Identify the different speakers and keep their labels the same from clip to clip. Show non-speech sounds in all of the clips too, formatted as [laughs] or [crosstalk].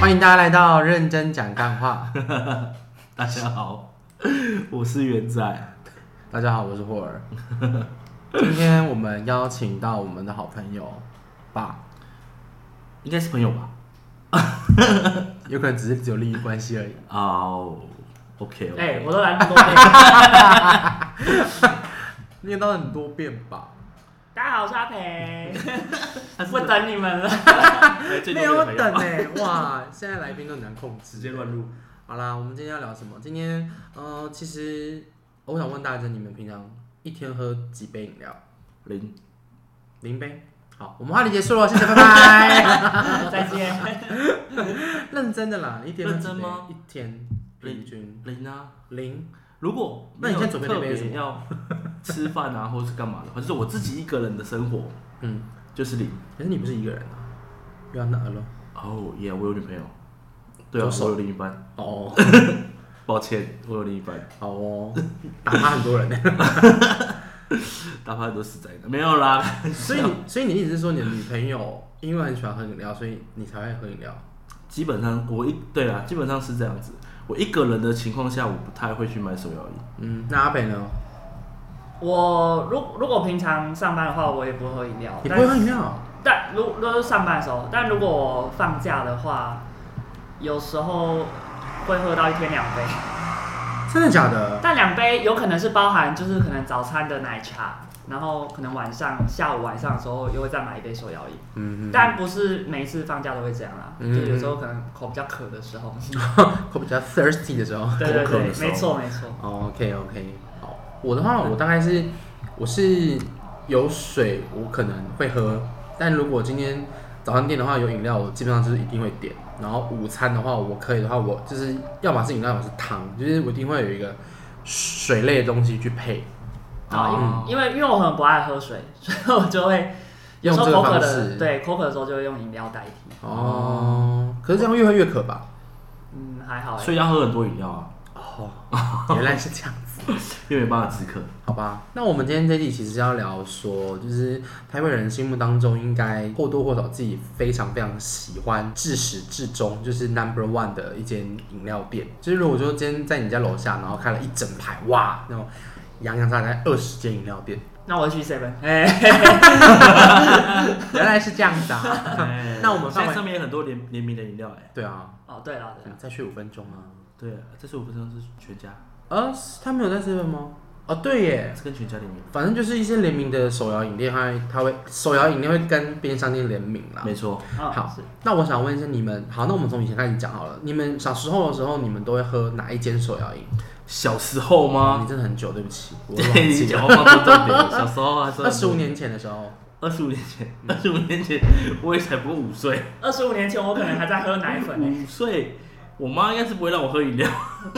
Speaker 1: 欢迎大家来到认真讲干话。 [laughs]
Speaker 2: [laughs] 大家好，我是元仔。
Speaker 1: 大家好，我是霍尔。 [laughs] 今天我们邀请到我们的好朋友爸，
Speaker 2: 应该是朋友吧？
Speaker 1: 有可能只是只有利益关系而已。
Speaker 2: 哦、o k
Speaker 3: 哎、我都来这么
Speaker 1: [laughs]
Speaker 3: 多遍。
Speaker 1: 念到很多遍吧？
Speaker 3: 大家好，我是阿
Speaker 1: [laughs]
Speaker 3: 培，不等你们了。
Speaker 1: 没哎有啊等呢、
Speaker 2: [laughs]
Speaker 1: 哇！现在来宾都很难控制，
Speaker 2: 直接乱入。
Speaker 1: 好啦，我们今天要聊什么？今天，呃，其实我想问大家，你们平常一天喝几杯饮料？
Speaker 2: 零，
Speaker 1: 零杯。好，我们话题结束了，谢谢，拜
Speaker 2: [laughs]
Speaker 1: 拜。
Speaker 3: 再见。
Speaker 1: 认真的啦，一天喝几杯
Speaker 2: 认真吗？
Speaker 1: 一天平均
Speaker 2: 零啊！
Speaker 1: 零。
Speaker 2: 如果
Speaker 1: 那你现在准备
Speaker 2: 特
Speaker 1: 的杯是什
Speaker 2: 别
Speaker 1: 么
Speaker 2: 要吃饭啊， [laughs] 或是干嘛的话，就是我自己一个人的生活
Speaker 1: 嗯，
Speaker 2: 就是零。
Speaker 1: 可是你不是一个人啊，You are not alone。
Speaker 2: 哦耶，我有女朋友。对啊
Speaker 1: 左，手
Speaker 2: 我有另一半。
Speaker 1: 哦，
Speaker 2: 抱歉，我有另一半，
Speaker 1: 好哦，打趴很多人 [laughs] 呢。
Speaker 2: 大怕都死在那。没有啦，
Speaker 1: 所以你，所以你意思是说，你的女朋友因为很喜欢喝饮料，所以你才会喝饮料？
Speaker 2: 基本上我一对啦，基本上是这样子。我一个人的情况下，我不太会去买手摇饮。
Speaker 1: 嗯，那阿北呢？
Speaker 3: 我如如果平常上班的话，我也不会喝饮料。
Speaker 1: 你不
Speaker 3: 但
Speaker 1: 会喝饮料？
Speaker 3: 但如如果是上班的时候，但如果我放假的话，有时候会喝到一天两杯。
Speaker 1: 真的假的？
Speaker 3: 但两杯有可能是包含，就是可能早餐的奶茶，然后可能晚上、下午、晚上的时候又会再买一杯手摇饮。
Speaker 1: 嗯， [laughs]
Speaker 3: 但不是每一次放假都会这样啦，
Speaker 1: 嗯
Speaker 3: 就有时候可能口比较渴的时候。
Speaker 1: [laughs] 口比较 thirsty 的时候。
Speaker 3: 对对
Speaker 2: 口渴
Speaker 3: 对，
Speaker 2: 的时候
Speaker 3: 没错没错。
Speaker 1: OK OK，好，我的话，我大概是我是有水，我可能会喝，但如果今天早餐店的话有饮料，我基本上就是一定会点。然后午餐的话，我可以的话，我就是要么是饮料，要么是汤，就是我一定会有一个水类的东西去配，
Speaker 2: 嗯
Speaker 3: 啊，
Speaker 1: 哦
Speaker 3: 因因为因为我很不爱喝水， [laughs] 所以我就会有
Speaker 1: 用
Speaker 3: 时
Speaker 1: 这
Speaker 3: 候
Speaker 1: 个
Speaker 3: 口
Speaker 1: 方
Speaker 3: 渴的，
Speaker 1: 式。
Speaker 3: 对口渴的时候就会用饮料代替。
Speaker 1: 哦，可是这样越喝越渴吧？
Speaker 3: 嗯，还好欸。
Speaker 2: 所以要喝很多饮料啊，
Speaker 1: 哦， [laughs] 原来是这样子。
Speaker 2: 因为没办法止渴。
Speaker 1: 好吧，那我们今天这集其实要聊说，就是台北人心目当中应该或多或少自己非常非常喜欢，至始至终就是 number one 的一间饮料店。就是如果说今天在你家楼下，然后开了一整排，哇，那种洋洋洒洒二十间饮料店， [laughs]
Speaker 3: 那我去 seven。哎，
Speaker 1: 原来是这样子啊。那我们
Speaker 2: 哎现
Speaker 1: 放
Speaker 2: 在
Speaker 1: 完
Speaker 2: 上面有很多联联名的饮料哎、
Speaker 1: 对啊，
Speaker 3: 哦，对了对了，
Speaker 1: 再睡五分钟啊。
Speaker 2: 对，这次我不知道是全家，
Speaker 1: 呃，他没有在这边吗？哦，对耶，
Speaker 2: 是跟全家联名。
Speaker 1: 反正就是一些联名的手摇饮店，它它会手摇饮店会跟便利商店联名啦。
Speaker 2: 没错，
Speaker 3: 嗯
Speaker 1: 好
Speaker 3: 是
Speaker 1: 那我想问一下你们，好，那我们从以前开始讲好了。你们小时候的时候，你们都会喝哪一间手摇饮？
Speaker 2: 小时
Speaker 1: 哦，
Speaker 2: 候吗？
Speaker 1: 你真的很久，对不起，我忘
Speaker 2: 对，你
Speaker 1: 记
Speaker 2: 讲
Speaker 1: 了。
Speaker 2: 话放重点。小时候啊，
Speaker 1: 二十五，年前的时候，
Speaker 2: 二十五年前，二十五年前我也才不过五岁，
Speaker 3: 二十五年前我可能还在喝奶粉欸
Speaker 1: 嗯
Speaker 3: 呢。
Speaker 2: 五岁，我妈应该是不会让我喝饮料。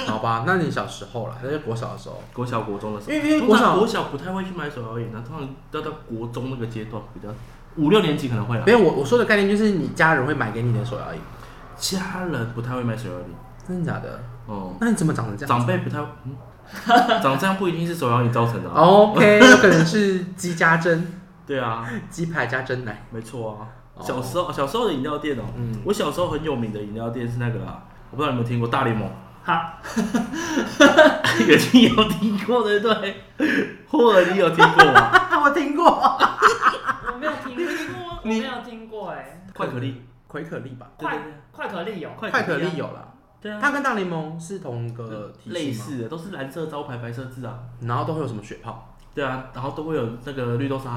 Speaker 1: 好吧，那你小时候啦，那就国小的 [laughs] 时候。
Speaker 2: 国小国中的时候，
Speaker 1: 因为因为
Speaker 2: 通常
Speaker 1: 国小
Speaker 2: 国小不太会去买手摇饮啊，通常要到国中那个阶段比较，五六年级可能会啦
Speaker 1: 没。有，我我说的概念就是你家人会买给你的手摇饮，
Speaker 2: 家人不太会买手摇饮，
Speaker 1: 真的假的？
Speaker 2: 哦、
Speaker 1: 那你怎么长成这样 [laughs] 子？
Speaker 2: 长辈不太，嗯， [laughs] 长这样不一定是手摇饮造成
Speaker 1: 哦
Speaker 2: 的、啊。
Speaker 1: OK，有可能是鸡加蒸、
Speaker 2: 对啊，
Speaker 1: 鸡排加蒸奶。 [laughs]
Speaker 2: 没错啊。
Speaker 1: 哦
Speaker 2: 小时候，小时候的饮料店哦、
Speaker 1: 嗯
Speaker 2: 我小时候很有名的饮料店是那个啦，我不知道你们有没有听过大
Speaker 1: [laughs]
Speaker 2: 联盟，
Speaker 3: 好，
Speaker 2: 远近有听过对不对？霍尔，你有听过
Speaker 1: [laughs]
Speaker 2: 吗？
Speaker 1: 啊，我听过
Speaker 3: 我没有听过，我没有听过哎。
Speaker 2: 快可力，
Speaker 1: 葵可丽吧，
Speaker 2: 对
Speaker 3: 快
Speaker 2: 对对
Speaker 3: 快可哦丽有，
Speaker 2: 快
Speaker 1: 快可
Speaker 2: 力啊
Speaker 1: 丽，有啦，
Speaker 2: 对啊，
Speaker 1: 它跟大联盟是同个体系吗
Speaker 2: 类，似的都是蓝色招牌白色字啊，
Speaker 1: 然后都会有什么雪泡
Speaker 2: 对啊，然后都会有那个绿豆沙，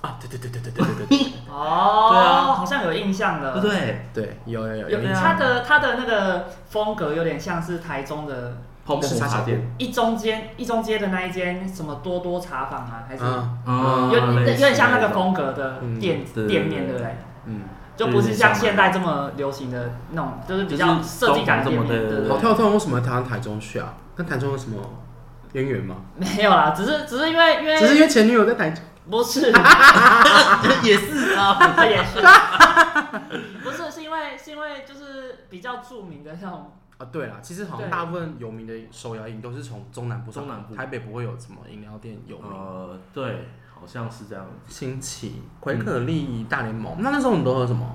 Speaker 1: 啊？对对对对对对对对对
Speaker 2: 对
Speaker 3: 哦
Speaker 2: 啊，
Speaker 3: 好像有印象
Speaker 2: 对
Speaker 3: 了
Speaker 2: 不。对？
Speaker 1: [laughs] 对，啊有有有
Speaker 3: 有
Speaker 1: 印象
Speaker 3: 它的它的那个风格有点像是台中的
Speaker 2: 泡沫红茶店，
Speaker 3: 一中街一中街的那一间什么多多茶坊啊，还是
Speaker 1: 嗯
Speaker 2: 啊，
Speaker 3: 有有
Speaker 2: 类
Speaker 3: 点
Speaker 2: 似
Speaker 3: 像那
Speaker 2: 种
Speaker 3: 个风格的店
Speaker 2: 嗯对
Speaker 3: 店面，对不对？
Speaker 1: 嗯，
Speaker 3: 就不是像现代这么流行的那种，就是比较设计感的店面，
Speaker 2: 就是装潢这么的
Speaker 3: 对对
Speaker 1: 好
Speaker 3: 对？
Speaker 1: 跳痛为什么台湾台中去啊？跟台中有什么渊源吗？
Speaker 3: [laughs] 没有啦，只是只是因为因为
Speaker 1: 只是因为前女友在台中。
Speaker 3: 不是，
Speaker 2: [laughs]
Speaker 3: [laughs] 哦
Speaker 2: 也是啊，
Speaker 3: 也是，不是是因为是因为就是比较著名的那种
Speaker 1: 啊，对啦，其实好像
Speaker 3: 对
Speaker 1: 大部分有名的手摇饮都是从中南部上来，
Speaker 2: 中南部
Speaker 1: 台北不会有什么饮料店有名。
Speaker 2: 呃，对，好像是这样子。
Speaker 1: 新奇
Speaker 2: 嗯
Speaker 1: 葵可丽大联盟，那那时候你都喝什么？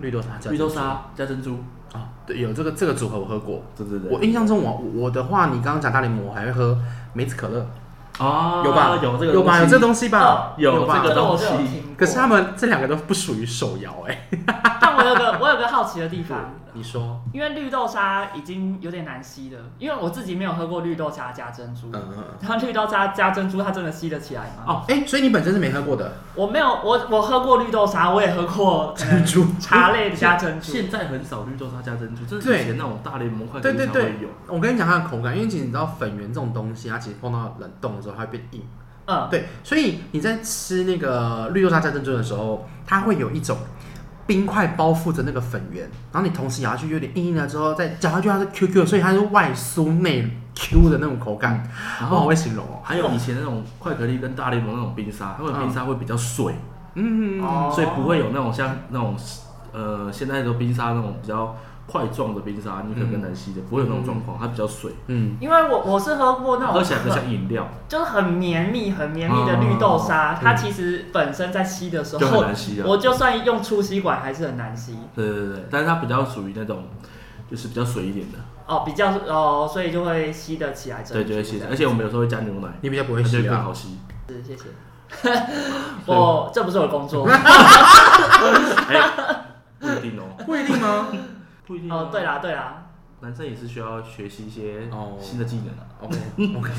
Speaker 1: 绿豆沙加珍珠，
Speaker 2: 绿豆沙加珍珠，
Speaker 1: 啊，对，有这个这个组合我喝过。
Speaker 2: 对对对，
Speaker 1: 我印象中我，我的话，你刚刚讲大联盟，我还会喝梅子可乐，
Speaker 2: 啊
Speaker 1: 有吧？
Speaker 2: 有这个
Speaker 1: 有吧？有这
Speaker 2: 东西
Speaker 1: 个东西
Speaker 2: 哦
Speaker 1: 吧？
Speaker 2: 有
Speaker 1: 吧？
Speaker 2: 这个东
Speaker 3: 我
Speaker 2: 西
Speaker 3: 就有听过
Speaker 1: 可是他，们这两个都不属于手摇哎、
Speaker 3: 但我有个我有个好奇的地方，
Speaker 1: 你说？
Speaker 3: 因为绿豆沙已经有点难吸了，因为我自己没有喝过绿豆沙加珍珠
Speaker 1: 嗯。嗯。嗯
Speaker 3: 然后绿豆沙加珍珠，它真的吸得起来吗？
Speaker 1: 哦，哎、所以你本身是没喝过 [laughs] 的
Speaker 3: 我没有，我我喝过绿豆沙，我也喝过可能
Speaker 1: 珍珠？
Speaker 3: 茶类的加珍珠。
Speaker 2: 现在很少绿豆沙加珍珠，这是
Speaker 1: 对
Speaker 2: 以前那种大联盟快
Speaker 1: [laughs] 对
Speaker 2: 餐
Speaker 1: 对
Speaker 2: 才
Speaker 1: 对
Speaker 2: 会有。
Speaker 1: 我跟你讲它的口感，因为其实你知道粉圆这种东西，它其实碰到冷冻的时候它会变硬。
Speaker 3: 嗯，
Speaker 1: 对，所以你在吃那个绿豆沙加珍珠的时候，它会有一种冰块包覆着那个粉圆，然后你同时咬下去有点硬硬的之后，再嚼下去它是 Q Q，的所以它是外酥内 Q 的那种口感，
Speaker 2: 然
Speaker 1: 哇好
Speaker 2: 后
Speaker 1: 会形容哦。
Speaker 2: 还有以前那种快可丽跟大联盟那种冰沙，他们冰沙会比较水，
Speaker 1: 嗯，
Speaker 3: 哦
Speaker 2: 所以不会有那种像那种呃现在的冰沙那种比较块状的冰沙，你可能很难吸的，不会有那种状况，它比较水，
Speaker 1: 嗯，
Speaker 3: 因为我我是喝过那种
Speaker 2: 喝起来比较
Speaker 3: 很
Speaker 2: 像饮料，
Speaker 3: 就是很绵密、很绵密的绿豆沙，它其实本身在吸的时
Speaker 2: 哦就很
Speaker 3: 候，
Speaker 2: 难吸啊。
Speaker 3: 我就算用粗吸管还是很难吸
Speaker 2: [laughs] 对对对，但是它比较属于那种就是比较水一点的，
Speaker 3: 哦，比较哦，所以就会吸得起来珍珠。
Speaker 2: 对，就会吸。
Speaker 3: 这样
Speaker 2: 而且我们有时候会加牛奶，
Speaker 1: 你比较不
Speaker 2: 它
Speaker 1: 会
Speaker 2: 就会
Speaker 1: 吃
Speaker 2: 更
Speaker 1: 啊。
Speaker 2: 好吸。
Speaker 3: 是谢谢。我这不是我的
Speaker 2: [laughs]
Speaker 3: 工作
Speaker 2: 哎， [laughs] 不一定哦，
Speaker 1: 不一定吗？
Speaker 2: 不一定啊
Speaker 3: 哦，对，啦对啦，
Speaker 2: 男生也是需要学习一些
Speaker 1: 哦
Speaker 2: 新的技能啊，
Speaker 1: OK OK，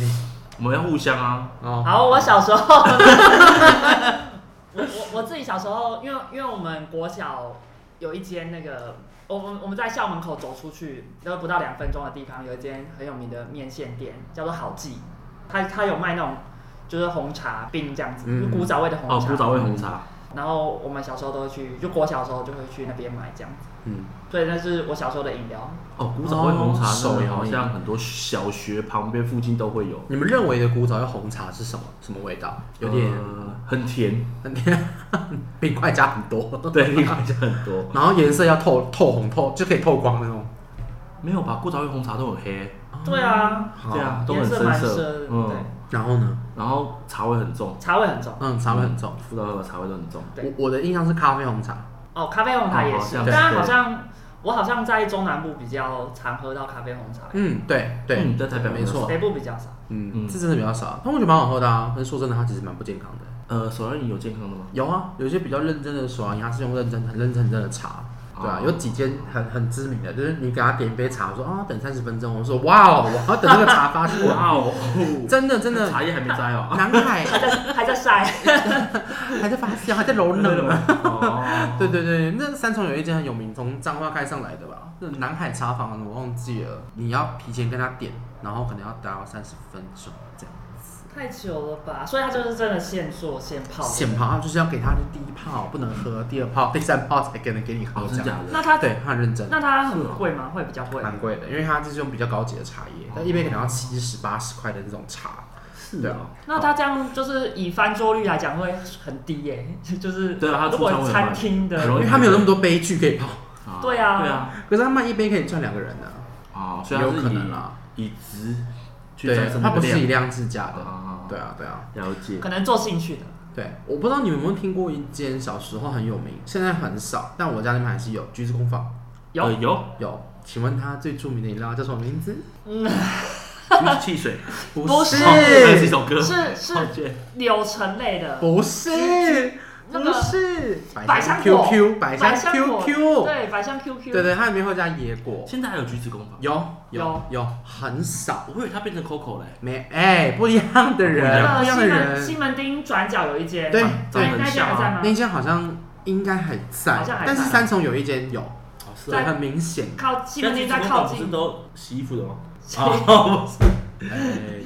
Speaker 2: 我们要互相啊。
Speaker 1: [laughs] 哦，
Speaker 3: 好，我小时候， [laughs] 我我我自己小时候，因为因为我们国小有一间那个，我我我们在校门口走出去，然后不到两分钟的地方有一间很有名的面线店，叫做好记，它它有卖那种就是红茶冰这样子，
Speaker 1: 嗯
Speaker 3: 就古早味的红
Speaker 2: 哦，
Speaker 3: 茶。
Speaker 2: 古早味红茶，
Speaker 3: 然后我们小时候都会去，就国小的时候就会去那边买这样子，
Speaker 1: 嗯，
Speaker 3: 所以那是我小时候的饮料。
Speaker 2: 哦，古早味红茶，
Speaker 1: 哦
Speaker 2: 手好像很多小学旁边附近都会有，
Speaker 1: 你们认为的古早味红茶是什么？什么味道？有点
Speaker 2: 呃
Speaker 1: [laughs]
Speaker 2: 很甜，
Speaker 1: 很甜， [laughs] 冰块加很多，
Speaker 2: 呃 [laughs] 对，另外就很多。
Speaker 1: 然后颜色要透透红透就可以透光那种。
Speaker 2: 没有吧？古早味红茶都很黑，
Speaker 3: 对啊，
Speaker 1: 好
Speaker 2: 对啊，都很
Speaker 3: 颜色
Speaker 2: 深
Speaker 3: 蛮
Speaker 2: 色
Speaker 3: 深，对
Speaker 2: 嗯，
Speaker 1: 然后呢？
Speaker 2: 然后茶味很重，
Speaker 3: 茶味很重。
Speaker 1: 嗯，茶味很重。
Speaker 2: 古早味的茶味都很重。
Speaker 3: 对
Speaker 1: 我我的印象是咖啡红茶，
Speaker 3: 哦，咖啡红茶也是
Speaker 2: 哦好像，是
Speaker 3: 但好像我好像在中南部比较常喝到咖啡红茶，
Speaker 1: 嗯，对对，
Speaker 2: 嗯在台北
Speaker 1: 没错
Speaker 2: 没，
Speaker 3: 北部比较少。
Speaker 1: 嗯，
Speaker 2: 嗯
Speaker 1: 这真的比较少，但我觉得蛮好喝的啊。但是说真的，它其实蛮不健康的。
Speaker 2: 呃，手摇饮有健康的吗？
Speaker 1: 有啊，有一些比较认真的手摇饮，它是用认真、很认真、很认真的茶，对啊
Speaker 2: 哦，
Speaker 1: 有几间很很知名的，就是你给他点一杯茶，我说啊，等三十分钟，我说哇哦，我要等那个茶发出来， [laughs]
Speaker 2: 哇哦，
Speaker 1: 真的真的，
Speaker 2: 茶叶还没
Speaker 1: [laughs]
Speaker 2: 摘哦。
Speaker 1: 南海
Speaker 3: 还在还在晒， [laughs]
Speaker 1: 还在发酵，还在揉嫩。
Speaker 2: [laughs] 哦
Speaker 1: 对对对，那三重有一间很有名，从彰化开上来的吧，那南海茶坊，啊我忘记了。你要提前跟他点，然后可能要等到三十分钟这样。
Speaker 3: 太久了吧？所以它就是真的现做现
Speaker 2: 哦
Speaker 3: 泡的。
Speaker 1: 显泡就是要给他第一泡不能喝，第二泡、第三泡才可能给你喝
Speaker 2: 哦，
Speaker 1: 这
Speaker 2: 真
Speaker 1: 样。
Speaker 2: 假的？
Speaker 3: 那它
Speaker 1: 对，他很认真，
Speaker 3: 那它很贵吗？会比较贵。
Speaker 1: 蛮贵的，因为他就是用比较高级的茶叶，但一杯可能要七十八十块的这种茶。
Speaker 2: 是
Speaker 1: 对
Speaker 2: 哦
Speaker 1: 啊。
Speaker 3: 那它这样就是以翻桌率来讲会很低耶， [laughs] 就是
Speaker 2: 对啊它出
Speaker 3: 如
Speaker 2: 餐
Speaker 3: 果
Speaker 2: 会很
Speaker 3: 餐
Speaker 2: 慢很容
Speaker 3: 厅的
Speaker 1: 因
Speaker 2: 易
Speaker 1: 为他没有那么多悲剧可以泡，
Speaker 3: 对啊
Speaker 2: 对啊，
Speaker 1: 可是他卖一杯可以赚两个人呢、
Speaker 2: 啊，所以它
Speaker 1: 有
Speaker 2: 是
Speaker 1: 可能
Speaker 2: 以
Speaker 1: 啦。
Speaker 2: 以值去
Speaker 1: 对
Speaker 2: 战，胜
Speaker 1: 他
Speaker 2: 那
Speaker 1: 不
Speaker 2: 个
Speaker 1: 是以
Speaker 2: 量
Speaker 1: 量制价的。
Speaker 2: 啊，
Speaker 1: 对啊，对啊。
Speaker 2: 了解
Speaker 3: 可能做兴趣的，
Speaker 1: 对，我不知道你们有没有听过一间小时候很有名，现在很少，但我家那边还是有橘子工坊
Speaker 3: 有
Speaker 2: 呃有，
Speaker 1: [laughs] 有。请问它最著名的饮料叫什么名字？
Speaker 2: 就是汽水，
Speaker 1: 不
Speaker 3: 不
Speaker 1: 是，
Speaker 3: 是
Speaker 2: 哦那是一首歌，
Speaker 3: 是是
Speaker 2: 抱歉
Speaker 3: 柳橙类的，
Speaker 1: 不是，
Speaker 3: 那
Speaker 1: 不
Speaker 3: 个
Speaker 1: 是，
Speaker 3: 百香
Speaker 1: 香
Speaker 3: 果
Speaker 1: QQ，百
Speaker 3: 百
Speaker 1: 香
Speaker 3: 果
Speaker 1: QQ，
Speaker 3: 对，百香 QQ，
Speaker 1: 对对，它里面会加野果，
Speaker 2: 现在还有橘子工坊，
Speaker 1: 有有
Speaker 3: 有
Speaker 1: 有，很少，
Speaker 2: 我以为它变成 Coco 嘞，
Speaker 1: 没哎，不一样的人，
Speaker 3: 那
Speaker 1: 不
Speaker 3: 个
Speaker 1: 一样的
Speaker 3: 西门
Speaker 1: 人，
Speaker 3: 西门町转角有一间，
Speaker 1: 对
Speaker 3: 那
Speaker 1: 对
Speaker 2: 很
Speaker 3: 那间还
Speaker 2: 像
Speaker 3: 在
Speaker 2: 啊
Speaker 3: 吗
Speaker 1: 那？间好像应该还在
Speaker 3: 好像，还
Speaker 1: 但是
Speaker 3: 在
Speaker 1: 三重有一间有，
Speaker 2: 哦是
Speaker 1: 对，
Speaker 2: 啊，
Speaker 1: 很明显，
Speaker 3: 靠西门町
Speaker 2: 橘子
Speaker 3: 在
Speaker 2: 工
Speaker 3: 靠
Speaker 2: 坊不是
Speaker 3: 近，
Speaker 2: 都洗衣服的吗？
Speaker 3: 是
Speaker 1: [laughs]
Speaker 2: 哦，不是
Speaker 1: 哎，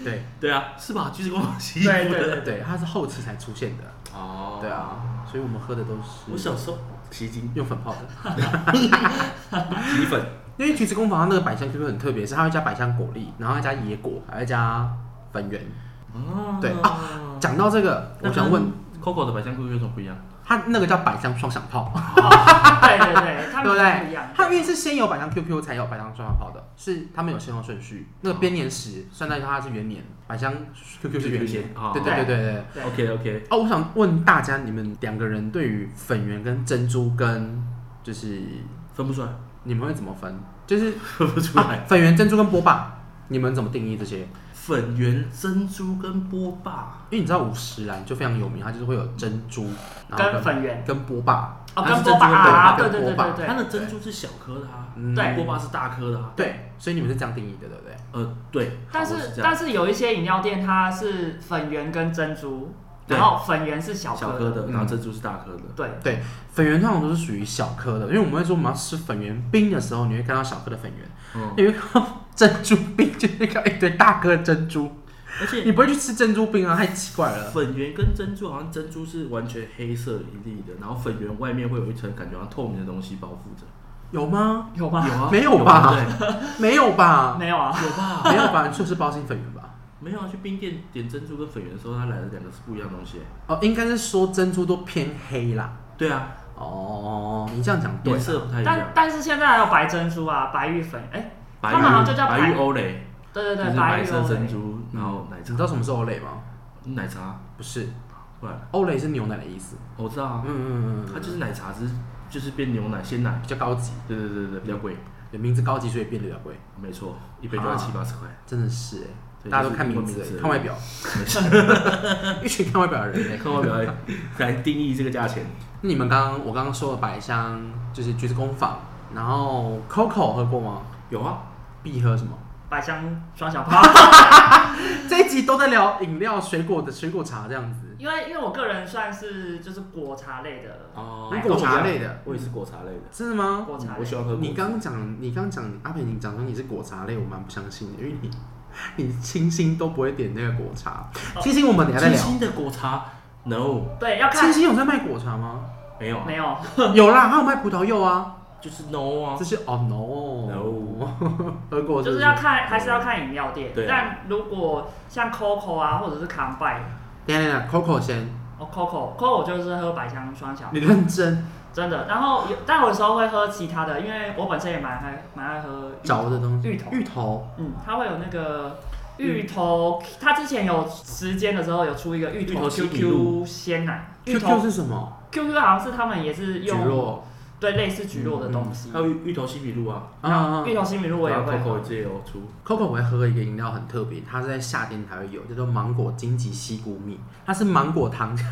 Speaker 1: 对
Speaker 2: 对啊，是吧？橘子工坊洗衣
Speaker 3: 对
Speaker 2: 服
Speaker 3: 对
Speaker 2: 的，
Speaker 3: 对对，
Speaker 1: 对，它是后期才出现的，
Speaker 2: 哦
Speaker 1: 对，啊，所以我们喝的都是
Speaker 2: 我小时候洗衣精、
Speaker 1: 用粉泡的，
Speaker 2: 洗衣粉，
Speaker 1: 因为橘子工坊它那个百香 QQ 很特别，是它会加百香果粒，然后还加野果，还会加粉圆。
Speaker 2: 哦
Speaker 1: 对啊讲到这个，我想问，
Speaker 2: ，Coco 的百香酥有什么不一样？
Speaker 1: 它那个叫百香双响炮，
Speaker 3: 对对对，
Speaker 1: 对
Speaker 3: 他们
Speaker 1: 不
Speaker 3: 不一
Speaker 1: 对
Speaker 3: 样？。
Speaker 1: 它因为是先有百香 QQ 才有百香双响炮的，是他们有先后顺序。那个编年史算在它是元年，百香 QQ 是元年
Speaker 2: 哦。
Speaker 1: 对对对对对。
Speaker 3: 对
Speaker 2: OK OK，
Speaker 1: 哦，我想问大家，你们两个人对于粉圆跟珍珠跟就是 [laughs]
Speaker 2: 分不出来，
Speaker 1: 你们会怎么分？就是
Speaker 2: 分不出来。
Speaker 1: 啊粉圆、珍珠跟波霸，你们怎么定义这些？
Speaker 2: 粉圆、珍珠跟波霸，
Speaker 1: 因为你知道五十岚就非常有名，它就是会有珍珠，然后
Speaker 3: 跟粉圆
Speaker 1: 跟波霸，
Speaker 3: 哦，
Speaker 2: 它
Speaker 3: 跟
Speaker 2: 是
Speaker 3: 波霸
Speaker 2: 珍珠跟
Speaker 3: 啊，
Speaker 1: 贝
Speaker 3: 对
Speaker 1: 壳
Speaker 3: 对对
Speaker 1: 波霸
Speaker 3: 对
Speaker 2: 它
Speaker 3: 对，
Speaker 2: 的珍珠是小颗的啊，
Speaker 1: 嗯
Speaker 3: 对
Speaker 2: 波霸是大颗的啊。
Speaker 1: 对，所以你们是这样定义的，对不对？
Speaker 2: 呃，对，
Speaker 3: 但
Speaker 2: 好我
Speaker 3: 是
Speaker 2: 这样
Speaker 3: 但是有一些饮料店它是粉圆跟珍珠，
Speaker 2: 对
Speaker 3: 然后粉圆是嗯小
Speaker 2: 小
Speaker 3: 颗
Speaker 2: 颗
Speaker 3: 的，
Speaker 2: 的，然后珍珠是大颗的。
Speaker 3: 对，
Speaker 1: 粉圆通常都是属于小颗的，因为我们会说我们要吃粉圆冰的时候，你会看到小颗的粉圆，
Speaker 2: 嗯，
Speaker 1: 你会看到珍珠冰就是看到一堆大颗的珍珠，
Speaker 2: 而且
Speaker 1: 你不会去吃珍珠冰啊，太奇怪了。
Speaker 2: 粉圆跟珍珠好像珍珠是完全黑色一粒的，然后粉圆外面会有一层感觉好像透明的东西包覆着。
Speaker 1: 有吗？
Speaker 3: 有吗？
Speaker 2: 有啊， [laughs]
Speaker 1: 没有
Speaker 2: 有
Speaker 1: 吧
Speaker 2: 对不
Speaker 1: 没有吧？
Speaker 3: [laughs] 没有啊，
Speaker 2: 对有吧？
Speaker 3: [laughs]
Speaker 1: 没有吧？你说是包心粉圆吧？
Speaker 2: 没有啊，去冰店点珍珠跟粉圆的时候，它来的两个是不一样的东西。
Speaker 1: 哦，应该是说珍珠都偏黑啦。
Speaker 2: 对啊，
Speaker 1: 哦，你这样讲对
Speaker 2: 颜
Speaker 1: 啦，
Speaker 2: 色不太一
Speaker 3: 但
Speaker 2: 样。
Speaker 3: 但是现在还有白珍珠啊，白玉粉，哎，
Speaker 2: 白
Speaker 3: 他们好像就
Speaker 2: 玉
Speaker 3: 叫
Speaker 2: 白玉
Speaker 3: 白
Speaker 2: 欧蕾，
Speaker 3: 对
Speaker 2: 就
Speaker 3: 对对，
Speaker 2: 是
Speaker 3: 玉嗯
Speaker 2: 白色
Speaker 3: 哦
Speaker 2: 珍珠，然后奶
Speaker 1: 你
Speaker 2: 茶嗯
Speaker 1: 知，道什么是欧蕾吗？
Speaker 2: 奶茶，
Speaker 1: 不是，
Speaker 2: 不然
Speaker 1: 欧蕾是牛奶的意思。
Speaker 2: 我知道
Speaker 1: 嗯
Speaker 2: 啊，
Speaker 1: 嗯嗯嗯嗯，
Speaker 2: 它就是奶茶，只是就是变牛奶鲜奶。
Speaker 1: 比较高级。
Speaker 2: 对对对对，比较贵，
Speaker 1: 对，名字高级所以变得比较贵，
Speaker 2: 没错，一杯就要
Speaker 1: 啊
Speaker 2: 七八十块。
Speaker 1: 真的是哎，
Speaker 2: 对
Speaker 1: 大家都
Speaker 2: 就是
Speaker 1: 看名
Speaker 2: 名
Speaker 1: 字
Speaker 2: 字
Speaker 1: 哎，看外表，
Speaker 2: 没事
Speaker 1: [laughs] 一群看外表的人哎。
Speaker 2: 看外表来来定义这个价钱。
Speaker 1: 那你们刚刚我刚刚说的百香就是橘子工坊，然后 Coco 喝过吗？
Speaker 2: 有啊，
Speaker 1: 必喝什么？
Speaker 3: 百香双小
Speaker 2: [laughs]
Speaker 3: 泡。
Speaker 1: 这一集都在聊饮料、水果的水果茶这样子。
Speaker 3: 因为因为我个人算是就是果茶类的
Speaker 2: 哦
Speaker 3: 买
Speaker 1: 果
Speaker 3: 过
Speaker 1: 茶类的，
Speaker 2: 我也是果茶类的。嗯
Speaker 1: 真的吗？
Speaker 3: 果茶
Speaker 2: 我
Speaker 3: 类
Speaker 2: 喜欢喝果
Speaker 1: 你刚讲，你刚讲阿培，你讲说你是果茶类，我蛮不相信的，因为你 [laughs] 你清新都不会点那个果茶。
Speaker 3: 哦
Speaker 1: 清新我们等一下再
Speaker 2: 清
Speaker 1: 聊。
Speaker 2: 新的果茶，no，
Speaker 3: 对要
Speaker 1: 清
Speaker 3: 看
Speaker 1: 新有在卖果茶吗？
Speaker 2: 没有啊，
Speaker 3: 没有
Speaker 1: 有啦，他有卖葡萄柚啊。
Speaker 2: 就是 no 啊
Speaker 1: 这。是哦 no，喝 [laughs] 过
Speaker 3: 就是是要看还是要看饮料店
Speaker 2: 对啊，
Speaker 3: 但如果像 Coco 啊或者是 Combine
Speaker 1: 等一下等一下，Coco 先，
Speaker 3: 哦 Coco Coco 我就是喝百香双小
Speaker 1: 你认真
Speaker 3: 真的，然后有但我有时候会喝其他的，因为我本身也蛮爱蛮爱喝芋
Speaker 1: 嚼的东西，
Speaker 3: 芋头
Speaker 1: 芋头，
Speaker 3: 嗯，它会有那个
Speaker 2: 嗯
Speaker 3: 芋头，它之前有时间的时候有出一个芋
Speaker 2: 芋头
Speaker 3: 头
Speaker 2: 西米露
Speaker 3: QQ 鲜奶，芋
Speaker 1: QQ
Speaker 3: 头
Speaker 1: 是什么？
Speaker 3: QQ 好像是他们也是
Speaker 1: 菊
Speaker 3: 用
Speaker 1: 络
Speaker 3: 对类似菊络的东西
Speaker 2: 还，有芋芋头西米露啊，
Speaker 1: 啊啊
Speaker 3: 芋头西米露我也
Speaker 2: 然后
Speaker 3: 会啊喝
Speaker 2: Coco 这也嗯有出，
Speaker 1: ，Coco 我会喝一个饮料很特别，它是在夏天才会有，叫做芒果荆棘西谷蜜，它是芒果糖 [laughs] 加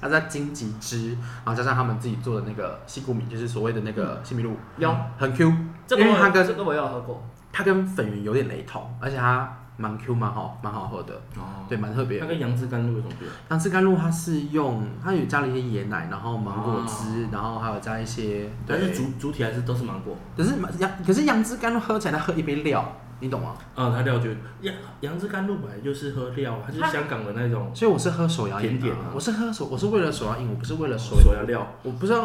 Speaker 1: 加上荆棘汁，然后加上他们自己做的那
Speaker 3: 嗯
Speaker 1: 个西谷米，就是所谓的那个西米露，
Speaker 3: 有
Speaker 2: 嗯
Speaker 1: 很 Q，
Speaker 3: 这个
Speaker 1: 因为
Speaker 3: 我
Speaker 1: 它
Speaker 3: 有
Speaker 1: 跟
Speaker 3: 这个我有喝过，
Speaker 1: 它跟粉圆有点雷同，而且它蛮 Q 蛮好蛮好喝的，
Speaker 2: 哦，
Speaker 1: 对，蛮特别的
Speaker 2: 它。跟杨枝甘露有什么别？
Speaker 1: 杨枝甘露它是用它有加了一些椰奶，然后芒果
Speaker 3: 哦
Speaker 1: 汁，然后还有加一些，
Speaker 2: 但
Speaker 1: 对，
Speaker 2: 是主主体还是都是芒果。
Speaker 1: 可是杨可是杨枝甘露喝起来，它喝一杯料，你懂吗？
Speaker 2: 啊，它料就杨杨枝甘露本来就是喝料啊，它就是
Speaker 3: 它
Speaker 2: 香港的那种
Speaker 1: 所以我是喝手摇饮、
Speaker 2: 甜点啊
Speaker 1: 我是喝手，我是为了手摇饮，我不是为了手摇
Speaker 2: 手，摇料。
Speaker 1: 我不是要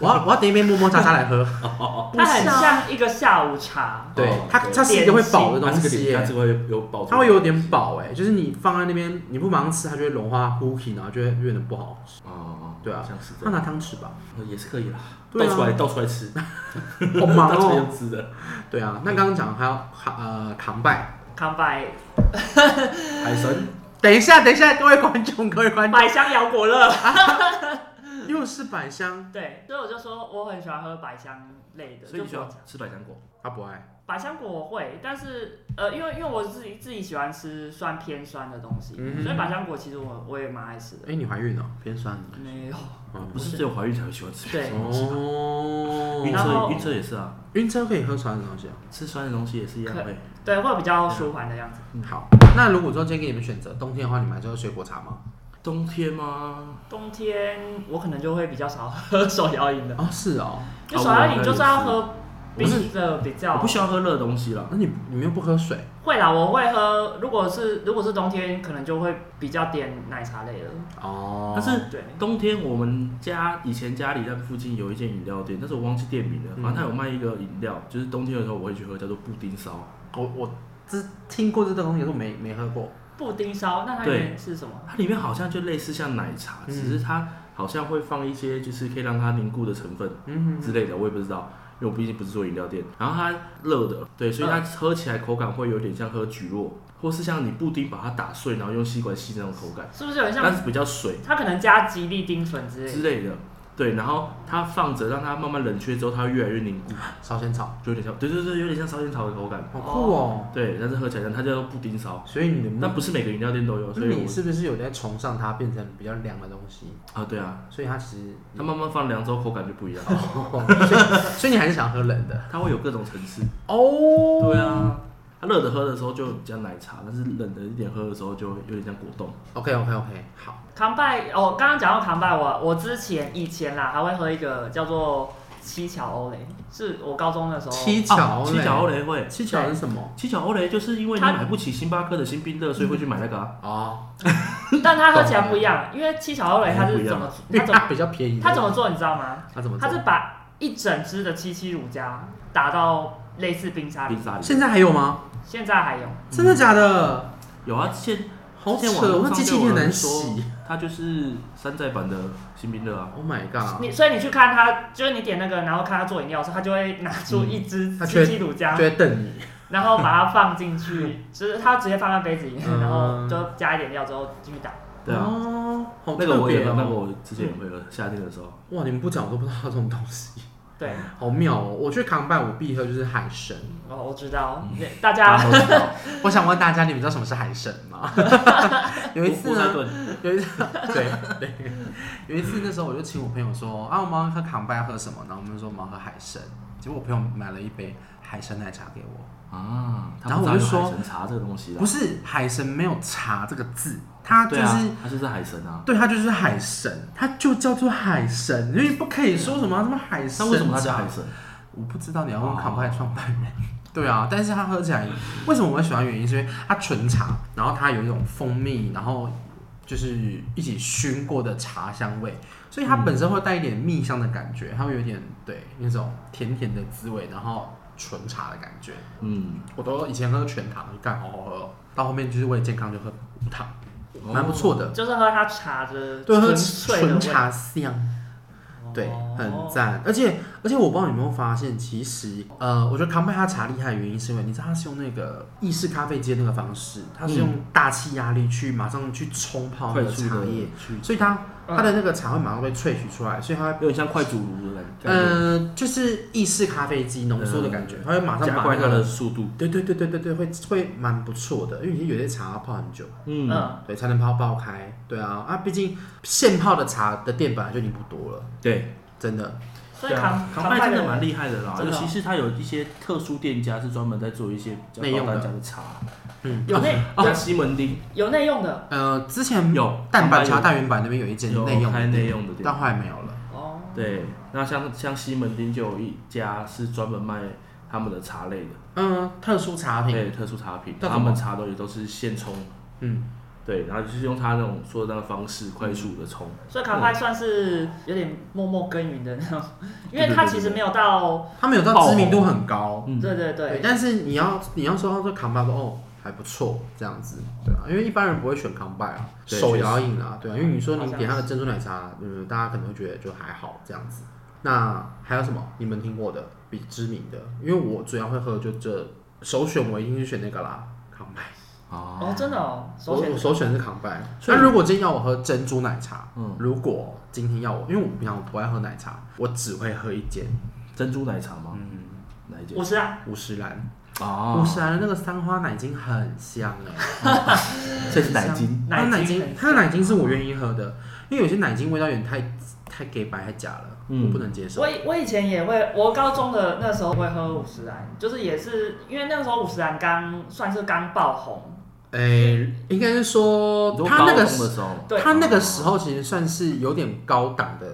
Speaker 1: 我要我要点一杯摸摸渣渣来喝，
Speaker 3: 它
Speaker 1: 不
Speaker 3: 很
Speaker 1: 是啊
Speaker 3: 像一个下午茶，
Speaker 1: 对
Speaker 2: 哦，
Speaker 1: 它
Speaker 2: 对
Speaker 1: 它是一个会饱的东
Speaker 2: 它这个
Speaker 1: 西耶、
Speaker 2: 点，它这个会有爆出来，
Speaker 1: 它会有点饱哎、就是你放在那边，你不马上吃，它就会融化呼吸，然后就会变得不
Speaker 2: [laughs]
Speaker 1: 好吃。
Speaker 2: 哦哦，
Speaker 1: 对啊
Speaker 2: 像是这
Speaker 1: 那
Speaker 2: 样，
Speaker 1: 拿汤匙吧，
Speaker 2: 呃也是可以啦，
Speaker 1: 对
Speaker 2: 倒
Speaker 1: 啊
Speaker 2: 出来倒出来吃，
Speaker 1: 好
Speaker 2: [laughs] 倒
Speaker 1: 忙
Speaker 2: 出来
Speaker 1: 哦、
Speaker 2: 就吃的，
Speaker 1: 对啊，那刚刚讲还有扛呃扛拜，
Speaker 3: 康拜
Speaker 2: 海神
Speaker 1: 等一下等一下，各位观众各位观众。
Speaker 3: 百香摇果乐，
Speaker 1: 又是百香，
Speaker 3: 对，所以我就说我很喜欢喝百香类的，
Speaker 2: 所以
Speaker 3: 就
Speaker 2: 你喜
Speaker 3: 果
Speaker 2: 欢
Speaker 3: 茶。
Speaker 2: 吃百香果，
Speaker 1: 他不爱。
Speaker 3: 百香果我会，但是呃，因为因为我自己自己喜欢吃酸偏酸的东西，
Speaker 1: 嗯哼
Speaker 3: 所以百香果其实我我也蛮爱吃的。
Speaker 1: 哎，你怀孕了，偏酸。
Speaker 3: 没有，
Speaker 1: 嗯
Speaker 2: 不是只有怀孕才会喜欢吃
Speaker 3: 对
Speaker 2: 这种东西吧。
Speaker 1: 哦，
Speaker 2: 晕
Speaker 3: 然
Speaker 2: 车
Speaker 3: 后
Speaker 2: 晕车也是啊，
Speaker 1: 晕车可以喝酸的东西啊。
Speaker 2: 吃酸的东西也是一样
Speaker 3: 可
Speaker 2: 会。
Speaker 3: 对，会比较舒缓的样子。
Speaker 1: 好，那如果说今天给你们选择冬天的话，你们还是喝水果茶吗？
Speaker 2: 冬天吗？
Speaker 3: 冬天我可能就会比较少喝手摇饮的，
Speaker 1: 哦，是哦。
Speaker 3: 就手摇饮
Speaker 2: 我
Speaker 3: 就是要喝
Speaker 2: 我是
Speaker 3: 冰的比
Speaker 2: 我
Speaker 3: 较
Speaker 2: 不。喜欢喝热的东西啦。
Speaker 1: 啊那你你们又不喝水，
Speaker 3: 会啦，我会喝。如果是如果是冬天，可能就会比较点奶茶类的。
Speaker 1: 哦
Speaker 2: 但是
Speaker 3: 对，
Speaker 2: 冬天我们家以前家里在附近有一间饮料店，但是我忘记店名了。
Speaker 1: 嗯
Speaker 2: 反正它有卖一个饮料，就是冬天的时候我会去喝，叫做布丁烧。
Speaker 1: 我我只听过这个东西，都没没喝过。
Speaker 3: 布丁烧，那它里面是什么？
Speaker 2: 它里面好像就类似像奶茶，
Speaker 1: 嗯
Speaker 2: 只是它好像会放一些就是可以让它凝固的成分
Speaker 1: 嗯
Speaker 2: 之类的，我也不知道，因为我毕竟不是做饮料店。然后它热的，对，所
Speaker 1: 嗯
Speaker 2: 以它喝起来口感会有点像喝蒟蒻，或是像你布丁把它打碎，然后用吸管吸那种口感，
Speaker 3: 是不是有点
Speaker 2: 但
Speaker 3: 像
Speaker 2: 是比较水
Speaker 3: 它可能加吉利丁醇之类
Speaker 2: 之
Speaker 3: 的？
Speaker 2: 类的。对，然后它放着，让它慢慢冷却之后，它会越来越凝固，
Speaker 1: 烧仙草，
Speaker 2: 就有点像，对对对，有点像烧仙草的口感。
Speaker 1: 好酷哦！
Speaker 2: 对，但是喝起来像它叫做布丁烧，
Speaker 1: 所以你的目
Speaker 2: 但不是每个饮料店都有，所以
Speaker 1: 嗯你
Speaker 2: 我
Speaker 1: 是不是有在崇尚它变成比较凉的东西？
Speaker 2: 啊，对啊，
Speaker 1: 所以它其 [laughs] 实
Speaker 2: 它慢慢放凉之后口感就不一样，
Speaker 1: 哦所以所以你还是想喝冷的
Speaker 2: 它会有各种层次。
Speaker 1: 哦？
Speaker 2: 对啊，它热的喝的时候就加奶茶，但是冷的一点喝的时候就有点像果冻。
Speaker 1: OK OK OK，好，
Speaker 3: 康拜哦，刚刚讲到康拜，我我之前以前啦还会喝一个叫做七巧欧蕾，是我高中的时候。
Speaker 1: 七巧
Speaker 2: 哦七巧欧
Speaker 1: 嘞，
Speaker 2: 蕾会，
Speaker 1: 七巧是什么？
Speaker 2: 七巧欧蕾就是因为你
Speaker 3: 它
Speaker 2: 买不起星巴克的新冰乐，所以会去买那个啊。
Speaker 1: 哦，
Speaker 3: 但它喝起来不一样，因为七巧欧蕾它是怎么
Speaker 1: 因
Speaker 3: 它
Speaker 1: 为
Speaker 3: 怎么
Speaker 1: [laughs] 它比较便宜。
Speaker 3: 它怎么做你知道吗？
Speaker 1: 它怎么做？
Speaker 3: 它是把一整只的七七乳加打到类似冰沙里
Speaker 2: 冰，沙里
Speaker 1: 现在还有吗？
Speaker 3: 现在还有。
Speaker 1: 真的假的？
Speaker 2: 有啊，之前
Speaker 1: 好
Speaker 2: 之前
Speaker 1: 扯，
Speaker 2: 网
Speaker 1: 那
Speaker 2: 上
Speaker 1: 机器
Speaker 2: 就有
Speaker 1: 很
Speaker 2: 人
Speaker 1: 难
Speaker 2: 说
Speaker 1: 洗。
Speaker 2: 它就是山寨版的新冰乐啊。
Speaker 1: Oh my god！
Speaker 3: 你所以你去看它，就是你点那个，然后看它做饮料的时候，它就会拿出一支
Speaker 1: 它
Speaker 3: 七
Speaker 1: 缺
Speaker 3: 七乳加，
Speaker 1: 就会瞪你。
Speaker 3: 然后把它放进去，就是它直接放在杯子里面，
Speaker 1: 嗯
Speaker 3: 然后就加一点料之后继续打。
Speaker 2: 对啊，
Speaker 1: 哦，好
Speaker 2: 那个
Speaker 1: 特
Speaker 2: 我也
Speaker 1: 别
Speaker 2: 有，那个
Speaker 1: 哦。
Speaker 2: 我之前也会喝，夏天的时候。
Speaker 1: 哇，你们不讲我都不知道这种东西，
Speaker 3: 对，
Speaker 1: 好妙哦！我去扛拜，我必喝就是海参。
Speaker 3: 我哦我知道，
Speaker 2: 大
Speaker 3: 大家
Speaker 2: 家都知道，
Speaker 1: 我想问大家，你们知道什么是海参吗？ [laughs] 有一次啊
Speaker 2: 波塞
Speaker 1: 呢，
Speaker 2: 顿
Speaker 1: 有一次， [laughs] 对对，有一次那时候我就请我朋友说啊，我们要喝扛拜要喝什么？然后我们就说我们要喝海参，结果我朋友买了一杯海参奶茶给我，
Speaker 2: 啊，
Speaker 1: 然后我就说
Speaker 2: 神茶这个东西啦
Speaker 1: 不，是海参没有茶这个字，它就
Speaker 2: 对
Speaker 1: 是、
Speaker 2: 啊，它就是海神啊。
Speaker 1: 对，它就是海神，它就叫做海神，因为不可以说什么什么海神。
Speaker 2: 啊那为什么它叫海神？
Speaker 1: 我不知道你要问康派创办人。 [laughs] 对啊，但是它喝起来，为什么我会喜欢？原因是因为它纯茶，然后它有一种蜂蜜，然后就是一起熏过的茶香味，所以它本身会带一点蜜香的感觉，它会有一点对那种甜甜的滋味，然后纯茶的感觉。
Speaker 2: 嗯，
Speaker 1: 我都以前喝全糖，干好好喝、哦，到后面就是为了健康就喝无糖，
Speaker 2: 哦
Speaker 1: 蛮不错的。
Speaker 3: [laughs] 就是喝它茶的
Speaker 1: 对，喝
Speaker 3: 纯粹
Speaker 1: 纯
Speaker 3: 的味，哦
Speaker 1: 茶香，对，很赞。而且而且，我不知道你有没有发现，其实呃，我觉得康拜它茶厉害的原因是因为你知道它是用那个意式咖啡机的那个方式，它是用大气压力去马上去冲泡那
Speaker 2: 嗯快
Speaker 1: 个
Speaker 2: 速
Speaker 1: 茶
Speaker 2: 的
Speaker 1: 叶，
Speaker 2: 去，
Speaker 1: 所以它
Speaker 3: 嗯
Speaker 1: 它的那个茶会马上被萃取出来，所以它会。
Speaker 2: 有点像快煮炉的感觉，嗯
Speaker 1: 呃，就是意式咖啡机浓缩的感觉，它会马上
Speaker 2: 加
Speaker 1: 把
Speaker 2: 快
Speaker 1: 那
Speaker 2: 它的
Speaker 1: 个，
Speaker 2: 速度。
Speaker 1: 对对对对对对，会会蛮不错的，因为有些茶泡很久，
Speaker 2: 嗯，
Speaker 3: 嗯，
Speaker 1: 对，才能泡爆开，对啊，啊，毕竟现泡的茶的店本来就已经不多了，
Speaker 2: 对，
Speaker 1: 真的，
Speaker 3: 所以
Speaker 2: 对啊
Speaker 3: 康
Speaker 2: 康拜真的蛮厉害的啦，
Speaker 3: 真
Speaker 2: 尤
Speaker 3: 的哦
Speaker 2: 其是它有一些特殊店家是专门在做一些比
Speaker 1: 内
Speaker 2: 较
Speaker 1: 用
Speaker 2: 高
Speaker 1: 的
Speaker 2: 单价的茶，
Speaker 1: 嗯，
Speaker 2: 哦
Speaker 3: 有内
Speaker 2: 像西门町
Speaker 1: 哦
Speaker 3: 有内用的
Speaker 1: 呃，之前
Speaker 2: 有
Speaker 1: 蛋白茶
Speaker 2: 蛋
Speaker 1: 大圆板那边有一间
Speaker 2: 有
Speaker 1: 内用
Speaker 2: 开
Speaker 1: 的
Speaker 2: 内
Speaker 1: 店，
Speaker 2: 用的店
Speaker 1: 但，后来没有了。
Speaker 3: 哦，
Speaker 2: 对，那像像西门町就有一家是专门卖他们的茶类的，
Speaker 1: 嗯，特殊茶品，
Speaker 2: 对，特殊茶品，
Speaker 1: 叫什
Speaker 2: 他
Speaker 1: 么
Speaker 2: 们茶都也都是现冲，
Speaker 1: 嗯，
Speaker 2: 对，然后就是用他那种说的那个方式快速的冲，
Speaker 3: 所以康拜算是有点默默耕耘的那种，因
Speaker 2: 对对
Speaker 3: 为
Speaker 2: 对
Speaker 3: 它其实没有到，
Speaker 1: 他们有到知名度很高，
Speaker 2: 嗯，
Speaker 3: 对对对，
Speaker 1: 但是你要你要说他说康拜说哦还不错这样子，对啊，因为一般人不会选康拜啊，
Speaker 2: 对
Speaker 1: 手摇饮啊，对啊，因为你说
Speaker 3: 好
Speaker 1: 你
Speaker 3: 像
Speaker 1: 点他的珍珠奶茶，嗯，大家可能会觉得就还好这样子。那还有什么你们听过的比知名的？因为我主要会喝就这首选，我一定是选那个啦，康拜。
Speaker 3: 哦
Speaker 2: 哦，
Speaker 3: 真的哦，
Speaker 1: 我
Speaker 3: 首选
Speaker 1: 我首选是康拜。
Speaker 2: 所以
Speaker 1: 那如果今天要我喝珍珠奶茶，
Speaker 2: 嗯
Speaker 1: 如果今天要我，因为我平常不爱喝奶茶，我只会喝一间，
Speaker 2: 珍珠奶茶吗？
Speaker 1: 嗯，
Speaker 2: 哪一间
Speaker 3: 五？十啊，
Speaker 1: 五十岚，
Speaker 2: 哦
Speaker 1: 五十岚的那个三花奶精很香
Speaker 2: [laughs]
Speaker 1: 哎，
Speaker 2: 这是奶精，
Speaker 1: 它的奶
Speaker 3: 奶精
Speaker 1: 精
Speaker 3: 很香
Speaker 1: 它的奶精是我愿意喝的，因为有些奶精味道有点太太给白太假了，
Speaker 2: 嗯
Speaker 1: 我不能接受
Speaker 3: 我。以我以前也会，我高中的那时候会喝五十兰，就是也是因为那个时候五十兰刚算是刚爆红，
Speaker 1: 哎，应该是说
Speaker 2: 你说
Speaker 1: 它那
Speaker 2: 高
Speaker 1: 个
Speaker 2: 中的时候吗，
Speaker 3: 对
Speaker 1: 它那个时候其实算是有点高档的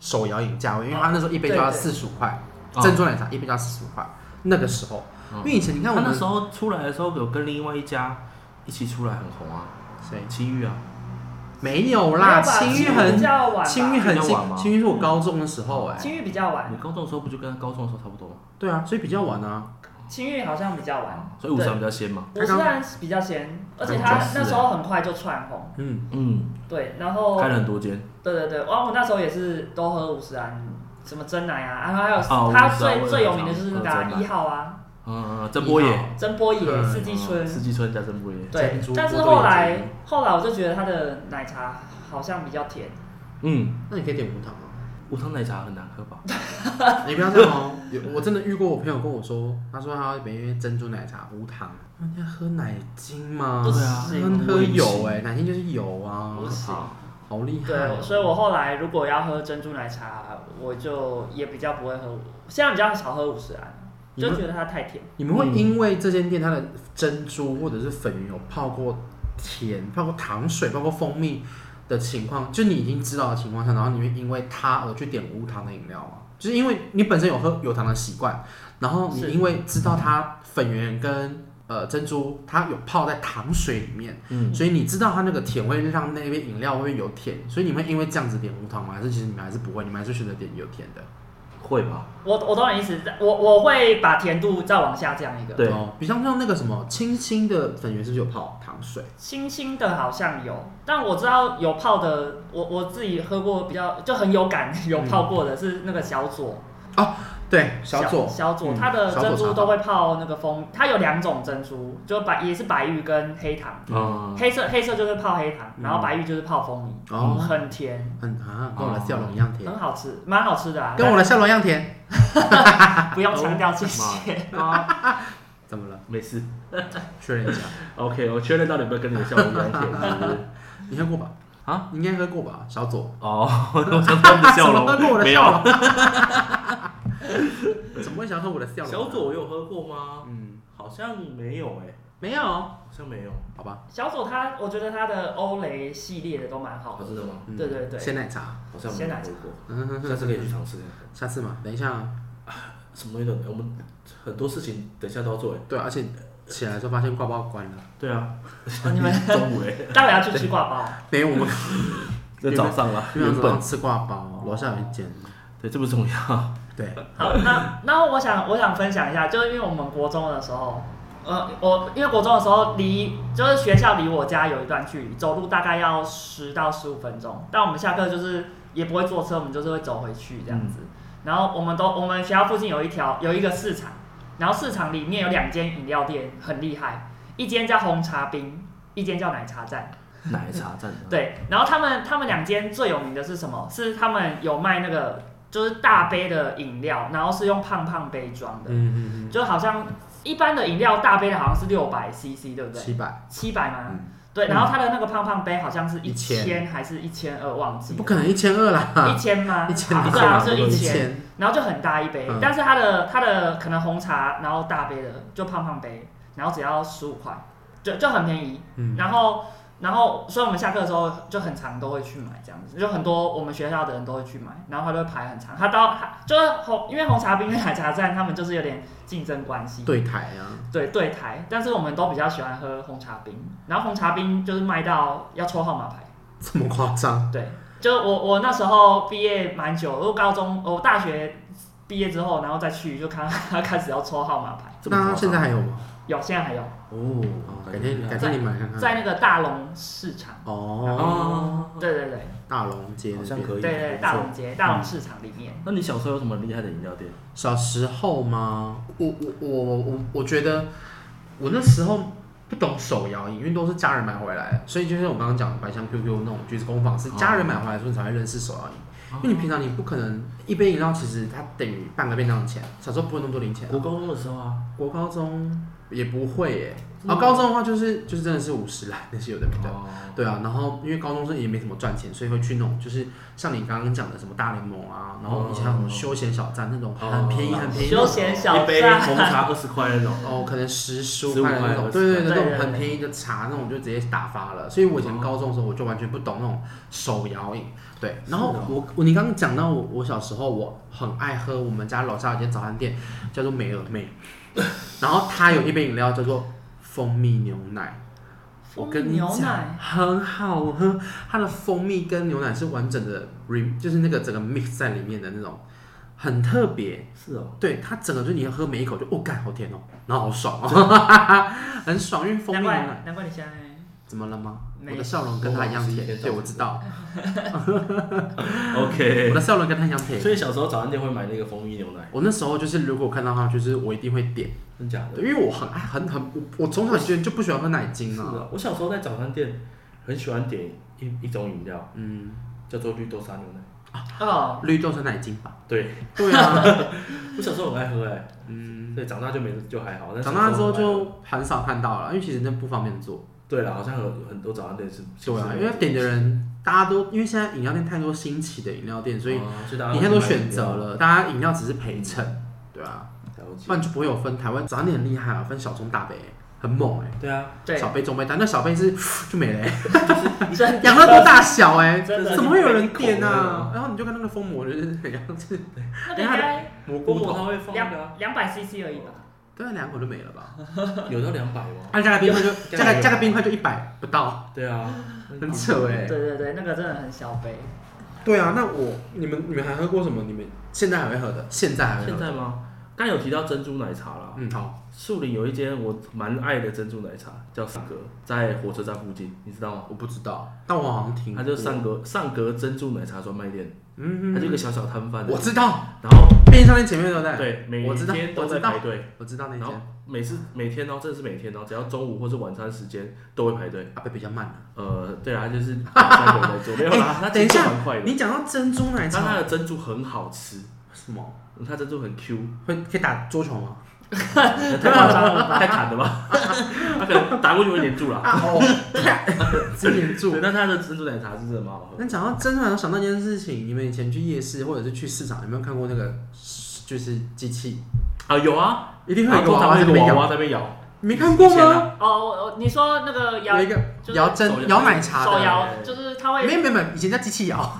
Speaker 1: 手摇饮价位，因为它那时候一杯就要
Speaker 3: 对对
Speaker 1: 四十五块，
Speaker 2: 哦
Speaker 1: 珍珠奶茶一杯就要四十五块，那个时候，
Speaker 2: 嗯
Speaker 1: 因为以前你看我
Speaker 2: 他
Speaker 1: 们
Speaker 2: 那时候出来的时候有跟另外一家一起出来很红啊，
Speaker 1: 谁
Speaker 2: 青玉啊，
Speaker 1: 没有啦，青
Speaker 3: 青
Speaker 1: 玉很
Speaker 3: 比较晚吧，
Speaker 1: 青玉很
Speaker 2: 比较晚
Speaker 1: 新，
Speaker 2: 吗
Speaker 1: 青玉是我高中的时候哎、
Speaker 3: 青玉比较晚
Speaker 2: 你，高中的时候不就跟他高中的时候差不多吗？
Speaker 1: 对啊，所以比较晚啊，
Speaker 3: 青玉好像比较晚，
Speaker 2: 所以五十比较先嘛。
Speaker 3: 五十然比较先，而且
Speaker 2: 他
Speaker 3: 他
Speaker 2: 刚转世
Speaker 3: 那时候很快就窜红，
Speaker 1: 嗯，
Speaker 2: 嗯，
Speaker 3: 对，然
Speaker 1: 哦
Speaker 3: 后
Speaker 2: 开了很多间，
Speaker 3: 对对对，然后我那时候也是都喝五十安，什么真奶啊，然后还有、
Speaker 2: 哦
Speaker 3: 他
Speaker 2: 五十安
Speaker 3: 最
Speaker 2: 我也
Speaker 3: 最有
Speaker 2: 知
Speaker 3: 名
Speaker 2: 道
Speaker 3: 的就是那个
Speaker 2: 喝真
Speaker 3: 啊
Speaker 2: 奶
Speaker 3: 一号啊，
Speaker 2: 嗯，嗯，郑波
Speaker 1: 一
Speaker 2: 野
Speaker 1: 号，
Speaker 3: 真波野、
Speaker 1: 对
Speaker 3: 四季春，
Speaker 2: 哦四季春加郑波野，
Speaker 3: 对
Speaker 1: 珍珠，
Speaker 3: 但是
Speaker 1: 波多
Speaker 3: 后
Speaker 1: 野
Speaker 3: 来
Speaker 1: 结衣
Speaker 3: 后来我就觉得他的奶茶好像比较甜，
Speaker 2: 嗯，
Speaker 1: 那你可以点无糖吗？ [laughs]
Speaker 2: 无糖奶茶很难喝吧？
Speaker 1: 你不要这样哦、有我真的遇过我朋友跟我说，他说他每天珍珠奶茶无糖，人家喝奶精吗？
Speaker 3: 不
Speaker 1: 喝
Speaker 3: 行
Speaker 1: 喝油哎、奶精就是油啊，
Speaker 3: 不
Speaker 2: 哦
Speaker 3: 行
Speaker 2: 好，
Speaker 1: 好厉害哦、
Speaker 2: [laughs]
Speaker 3: 对，所以我后来如果要喝珍珠奶茶，我就也比较不会喝，现在比较少喝五十安，
Speaker 1: 你
Speaker 3: 就
Speaker 1: 们
Speaker 3: 觉得它太甜。
Speaker 1: 你们会
Speaker 2: 嗯
Speaker 1: 因为这间店它的珍珠或者是粉圆有泡过甜、泡过糖水、泡过蜂蜜的情况，就你已经知道的情况下，然后你会因为它而去点无糖的饮料吗？就是因为你本身有喝有糖的习惯，然后你
Speaker 3: 是
Speaker 1: 因为知道它粉圆跟呃珍珠它有泡在糖水里面，
Speaker 2: 嗯，
Speaker 1: 所以你知道它那个甜会让那杯饮料会有甜，所以你会因为这样子点无糖吗？还是其实你们还是不会，你们还是选择点有甜的？
Speaker 2: 会吧？
Speaker 3: 我我懂你意思，我我会把甜度再往下降一个。
Speaker 2: 对
Speaker 1: 哦，比方像那个什么清新的粉圆是不是有泡糖水？
Speaker 3: 清新的好像有，但我知道有泡的，我我自己喝过比较就很有感，有
Speaker 1: 嗯
Speaker 3: 泡过的是那个小左，
Speaker 1: 对，小左
Speaker 3: 小左，
Speaker 1: 嗯
Speaker 3: 它的珍
Speaker 1: 小
Speaker 3: 珠
Speaker 1: 左
Speaker 3: 都会泡那个蜂，它有两种珍珠，就白也是白玉跟黑糖，
Speaker 1: [laughs]
Speaker 2: 嗯，
Speaker 3: 黑色黑色就是泡黑糖，然后白玉就是泡蜂蜜，嗯
Speaker 1: 茶哦，
Speaker 3: 很甜，
Speaker 1: 很啊，跟我的
Speaker 3: 哦
Speaker 1: 笑容一样甜，
Speaker 3: 很好吃，蛮好吃的、啊，
Speaker 1: 跟哦我的笑容一样甜。
Speaker 3: 但不用强调谢谢。
Speaker 2: 啊，
Speaker 1: 怎么了？
Speaker 2: 没事
Speaker 1: 确认一下，
Speaker 2: ，OK，我确认到底有没有跟你的笑容一样甜，是不
Speaker 1: [laughs]
Speaker 2: 是？
Speaker 1: 你喝过吧？
Speaker 2: 啊，
Speaker 1: 你应该喝过吧？小左，
Speaker 2: 哦，我想他们的 [laughs] 笑
Speaker 1: 怎么喝过我
Speaker 2: 容
Speaker 1: 的
Speaker 2: 没
Speaker 1: 笑
Speaker 2: 有。 [laughs]
Speaker 1: 容？怎么会想喝我的笑容？啊
Speaker 2: 小左，我有喝过吗？
Speaker 1: 嗯，
Speaker 2: 好像没有哎，
Speaker 1: 没有，好
Speaker 2: 好像没有。
Speaker 1: 吧，
Speaker 3: [laughs] 小左它，我觉得它的欧蕾系列的都蛮好
Speaker 2: 哦
Speaker 3: 喝
Speaker 2: 真的吗？
Speaker 1: 嗯
Speaker 3: 对对对
Speaker 1: 鲜奶茶，
Speaker 2: 好像没
Speaker 3: 鲜
Speaker 2: 有
Speaker 3: 奶
Speaker 2: 喝
Speaker 3: 茶
Speaker 2: 过，
Speaker 1: 嗯，
Speaker 2: 下次可以去尝试看看。
Speaker 1: 下次嘛，等一下，
Speaker 2: 什么东西都，我们很多事情等一下都要做哎。
Speaker 1: 对，而且起来的时候发现挂包关了，
Speaker 2: 对 [laughs] 啊，
Speaker 3: 的，你们
Speaker 2: 中午
Speaker 3: [laughs]
Speaker 2: 哎，
Speaker 3: 待会要去吃挂包。
Speaker 1: 没有，我们
Speaker 2: 这早上啦，
Speaker 1: 原
Speaker 2: 原
Speaker 1: 本
Speaker 2: 本
Speaker 1: 吃挂包，楼下有一间，
Speaker 2: 对，这不重要。
Speaker 1: 对，
Speaker 3: 好，那然后我想我想分享一下，就是因为我们国中的时候，呃，我因为国中的时候离就是学校离我家有一段距离，走路大概要十到十五分钟，但我们下课就是也不会坐车，我们就是会走回去这样子。然后我们都我们学校附近有一条有一个市场，然后市场里面有两间饮料店很厉害，一间叫红茶冰，一间叫奶茶站。
Speaker 2: 奶茶站
Speaker 1: 嗯
Speaker 2: 啊，
Speaker 3: 对，然后他们他们两间最有名的是什么？是他们有卖那个就是大杯的饮料，然后是用胖胖杯装的，
Speaker 1: 嗯嗯
Speaker 3: 就好像一般的饮料大杯的好像是六百 CC，对不
Speaker 1: 嗯，
Speaker 3: 对？
Speaker 1: 七百，
Speaker 3: 七百吗？
Speaker 1: 嗯
Speaker 3: 对，然后它的那个胖胖杯好像是一
Speaker 1: 1000
Speaker 3: 千还是一千二，忘记
Speaker 1: 不可能一千二
Speaker 3: 一
Speaker 1: 啦，
Speaker 3: 千吗？
Speaker 1: 一千
Speaker 3: 好
Speaker 1: 一
Speaker 3: 对啊，是
Speaker 1: 千
Speaker 3: 一
Speaker 1: 一
Speaker 3: 千，
Speaker 1: 千，
Speaker 3: 然后就很大一杯，
Speaker 1: 嗯
Speaker 3: 但是它的它的可能红茶，然后大杯的就胖胖杯，然后只要十五块，就就很便宜。
Speaker 1: 嗯
Speaker 3: 然后，然后，所以我们下课的时候就很常都会去买这样子，就很多我们学校的人都会去买，然后他就会排很长，他到他就是红，因为红茶冰跟奶茶站他们就是有点竞争关系，
Speaker 1: 对台啊，
Speaker 3: 对对台，但是我们都比较喜欢喝红茶冰，然后红茶冰就是卖到要抽号码牌，
Speaker 1: 这么夸张？
Speaker 3: 对，就我我那时候毕业蛮久，我高中我大学毕业之后，然后再去就看 [laughs] 他开始要抽号码牌，
Speaker 2: 这么
Speaker 1: 那
Speaker 2: 早上
Speaker 1: 现在还有吗？
Speaker 3: 有现在还有
Speaker 2: 哦
Speaker 1: 哦，改天改天你买看看。
Speaker 3: 在那个大龙市场，
Speaker 1: 哦，
Speaker 2: 哦，
Speaker 3: 对对对。
Speaker 1: 大龙街
Speaker 2: 好
Speaker 1: 那
Speaker 2: 像
Speaker 1: 边。
Speaker 2: 可以，
Speaker 3: 对对，
Speaker 2: 不
Speaker 3: 大
Speaker 2: 错
Speaker 3: 龙街大龙市场里
Speaker 1: 嗯
Speaker 3: 面，
Speaker 2: 那你小时候有什么厉害的饮料店？
Speaker 1: 小时候吗？我我我我我觉得我那时候不懂手摇饮，因为都是家人买回来的，所以就是我刚刚讲的百香 QQ 那种橘子工坊是家人买回来的时候你才会认识手摇饮。因为你平常你不可能一杯饮料，其实它等于半个便当的钱。小时候不会那么多零钱啊、
Speaker 2: 国高中的时候啊，
Speaker 1: 国高中也不会耶、
Speaker 2: 真的
Speaker 1: 啊，
Speaker 2: 吗
Speaker 1: 高中的话就是就是真的是五十来那些有的没的。
Speaker 2: 哦，
Speaker 1: 对啊，然后因为高中生也没怎么赚钱，所以会去那种就是像你刚刚讲的什么大联盟啊，然后以前还有什么休闲小站那种很便宜
Speaker 2: 哦
Speaker 1: 很便宜那
Speaker 3: 休
Speaker 1: 种，
Speaker 3: 闲小
Speaker 2: 一杯
Speaker 3: 站，
Speaker 2: 红茶二十块
Speaker 1: [laughs]
Speaker 2: 那种，
Speaker 1: 哦，可能十十五
Speaker 2: 15
Speaker 1: 块的那
Speaker 2: 块
Speaker 1: 种，
Speaker 2: 20
Speaker 1: 对对对，
Speaker 3: 块
Speaker 1: 那
Speaker 3: 对
Speaker 1: 种
Speaker 3: 对
Speaker 1: 很
Speaker 3: 对
Speaker 1: 便宜的茶，那种就直接打发了。所以我以前高中的时候，我就完全不懂那种手摇饮。对，然后
Speaker 2: 是哦
Speaker 1: 我我你刚刚讲到我我小时候，我很爱喝我们家楼下有一间早餐店叫做美而美，然后它有一杯饮料叫做蜂蜜牛奶。我
Speaker 3: 蜂蜜
Speaker 1: 跟你
Speaker 3: 牛
Speaker 1: 讲
Speaker 3: 奶，，
Speaker 1: 很好喝，它的蜂蜜跟牛奶是完整的 re，就是那个整个 mix 在里面的那种，很特别。
Speaker 2: 是
Speaker 1: [laughs]
Speaker 2: 哦，
Speaker 1: 对它整个就是你喝每一口就哦干好甜哦，然后好爽哦， [laughs] 很爽，因为蜂
Speaker 3: 难
Speaker 1: 蜜牛奶
Speaker 3: 怪难怪你现在
Speaker 1: 怎么了吗？
Speaker 3: 没
Speaker 1: 我的笑容跟它一样
Speaker 2: 我忘记一
Speaker 1: 甜，
Speaker 2: 天到
Speaker 1: 对
Speaker 2: 晚
Speaker 1: 我知道，我 [laughs]
Speaker 2: ，OK
Speaker 1: 的。笑容跟它一样甜。
Speaker 2: 所以小时候早餐店会买那个蜂蜜牛奶，
Speaker 1: 我那时候就是如果看到它，就是我一定会点，
Speaker 2: 真假的？
Speaker 1: 对因为我很爱很很我我从小就就不喜欢喝奶精
Speaker 2: 是
Speaker 1: 啊，
Speaker 2: 啊，我小时候在早餐店很喜欢点一一种饮料，
Speaker 1: 嗯，
Speaker 2: 叫做绿豆沙牛奶。
Speaker 3: 哦，
Speaker 1: 绿豆酸奶精吧。
Speaker 2: 对，
Speaker 1: 对啊，
Speaker 2: 我小时候很爱喝哎、
Speaker 1: 嗯，
Speaker 2: 对，长大就没就还好。但
Speaker 1: 长大之后
Speaker 2: 小时候很爱喝
Speaker 1: 就很少看到了，因为其实那不方便做。
Speaker 2: 对了，好像有很多早餐店是
Speaker 1: 对啊，因为点的，人大家都因为现在饮料店太多新奇的饮料店，所以
Speaker 2: 哦以
Speaker 1: 你太多选择，了，大家饮料只是陪衬，对啊，
Speaker 2: 了
Speaker 1: 不
Speaker 2: 解。
Speaker 1: 然就不会有分台湾早餐店很厉害啊，分小中大杯、很猛哎、
Speaker 2: 对啊，
Speaker 1: [laughs]
Speaker 3: 对，
Speaker 1: 小杯中杯，但那小杯是就没了、欸，
Speaker 3: 真
Speaker 1: 养乐多大小哎、
Speaker 3: 真的
Speaker 1: 怎么会有人点啊？然后你就看那个封膜就是 [laughs] 很像是
Speaker 3: 那个应该
Speaker 1: 蘑
Speaker 2: 不
Speaker 1: 菇
Speaker 2: 过
Speaker 1: 头，
Speaker 2: 他会放那个啊
Speaker 3: 两两百 CC 而已吧？
Speaker 1: 对啊，两口就没了吧？
Speaker 2: 有到两百吗？
Speaker 1: 啊，加个冰块就
Speaker 2: 加
Speaker 1: 加
Speaker 2: 个
Speaker 1: 个加个冰块就一百不到，
Speaker 2: 对啊，
Speaker 1: [laughs] 很扯哎、
Speaker 3: 对对对，那个真的很小杯。
Speaker 1: 对啊，那我你们你们还喝过什么？你们现在还会喝的？现在还会喝
Speaker 2: [laughs] 现
Speaker 1: 的？
Speaker 2: 在吗？刚有提到珍珠奶茶啦，
Speaker 1: 嗯，好，
Speaker 2: 树林有一间我蛮爱的珍珠奶茶，叫上格，在火车站附近，你知道吗？
Speaker 1: 我不知道，但我好像听
Speaker 2: 它
Speaker 1: 过，
Speaker 2: 就上格上格珍珠奶茶专卖店，
Speaker 1: 嗯，嗯
Speaker 2: 它就一个
Speaker 1: 嗯
Speaker 2: 小小摊贩，
Speaker 1: 我知道，
Speaker 2: 然后
Speaker 1: 便利商店前面对不对？
Speaker 2: 对每
Speaker 1: 我知道
Speaker 2: 天都在
Speaker 1: 我知道
Speaker 2: 排队，
Speaker 1: 我知道那
Speaker 2: 然后
Speaker 1: 间，
Speaker 2: 每次每天哦，真的是每天哦，只要中午或是晚餐时间都会排队。
Speaker 1: 阿贝比较慢啊。
Speaker 2: 呃，对啊，就是三个人在做，没有啦，它
Speaker 1: 等
Speaker 2: 节
Speaker 1: 一
Speaker 2: 奏
Speaker 1: 下
Speaker 2: 蛮快的。
Speaker 1: 你讲到珍珠奶
Speaker 2: 但它
Speaker 1: 茶，
Speaker 2: 的珍珠很好吃，
Speaker 1: 什么
Speaker 2: 它珍珠很 Q，
Speaker 1: 会可以打桌球吗？
Speaker 2: 太夸张了吧，太砍了吧？它可能打过去会黏住啦。
Speaker 1: 啊 [laughs] 哦，真黏住
Speaker 2: 对，。但它的珍珠奶茶是真的蛮好喝。
Speaker 1: 那讲到珍珠奶茶，想到一件事情，你们以前去夜市或者是去市场，有没有看过那个就是机器？
Speaker 2: 啊，有啊，
Speaker 1: 一定会
Speaker 2: 然
Speaker 1: 有一
Speaker 2: 后
Speaker 1: 个
Speaker 2: 通
Speaker 1: 娃
Speaker 2: 常
Speaker 1: 娃在
Speaker 2: 会有
Speaker 1: 那
Speaker 2: 一个
Speaker 1: 边
Speaker 2: 娃
Speaker 1: 摇
Speaker 2: 娃，在那边摇，
Speaker 1: 你没看过
Speaker 2: 以前
Speaker 1: 吗？
Speaker 2: 啊？
Speaker 3: 哦，我我你说那个摇
Speaker 1: 有一个
Speaker 3: 就是
Speaker 1: 摇
Speaker 2: 手摇
Speaker 1: 珍摇奶茶
Speaker 3: 手
Speaker 1: 的，
Speaker 3: 摇，就是它
Speaker 1: 没
Speaker 3: 会
Speaker 1: 有没有没有，以前叫机器摇，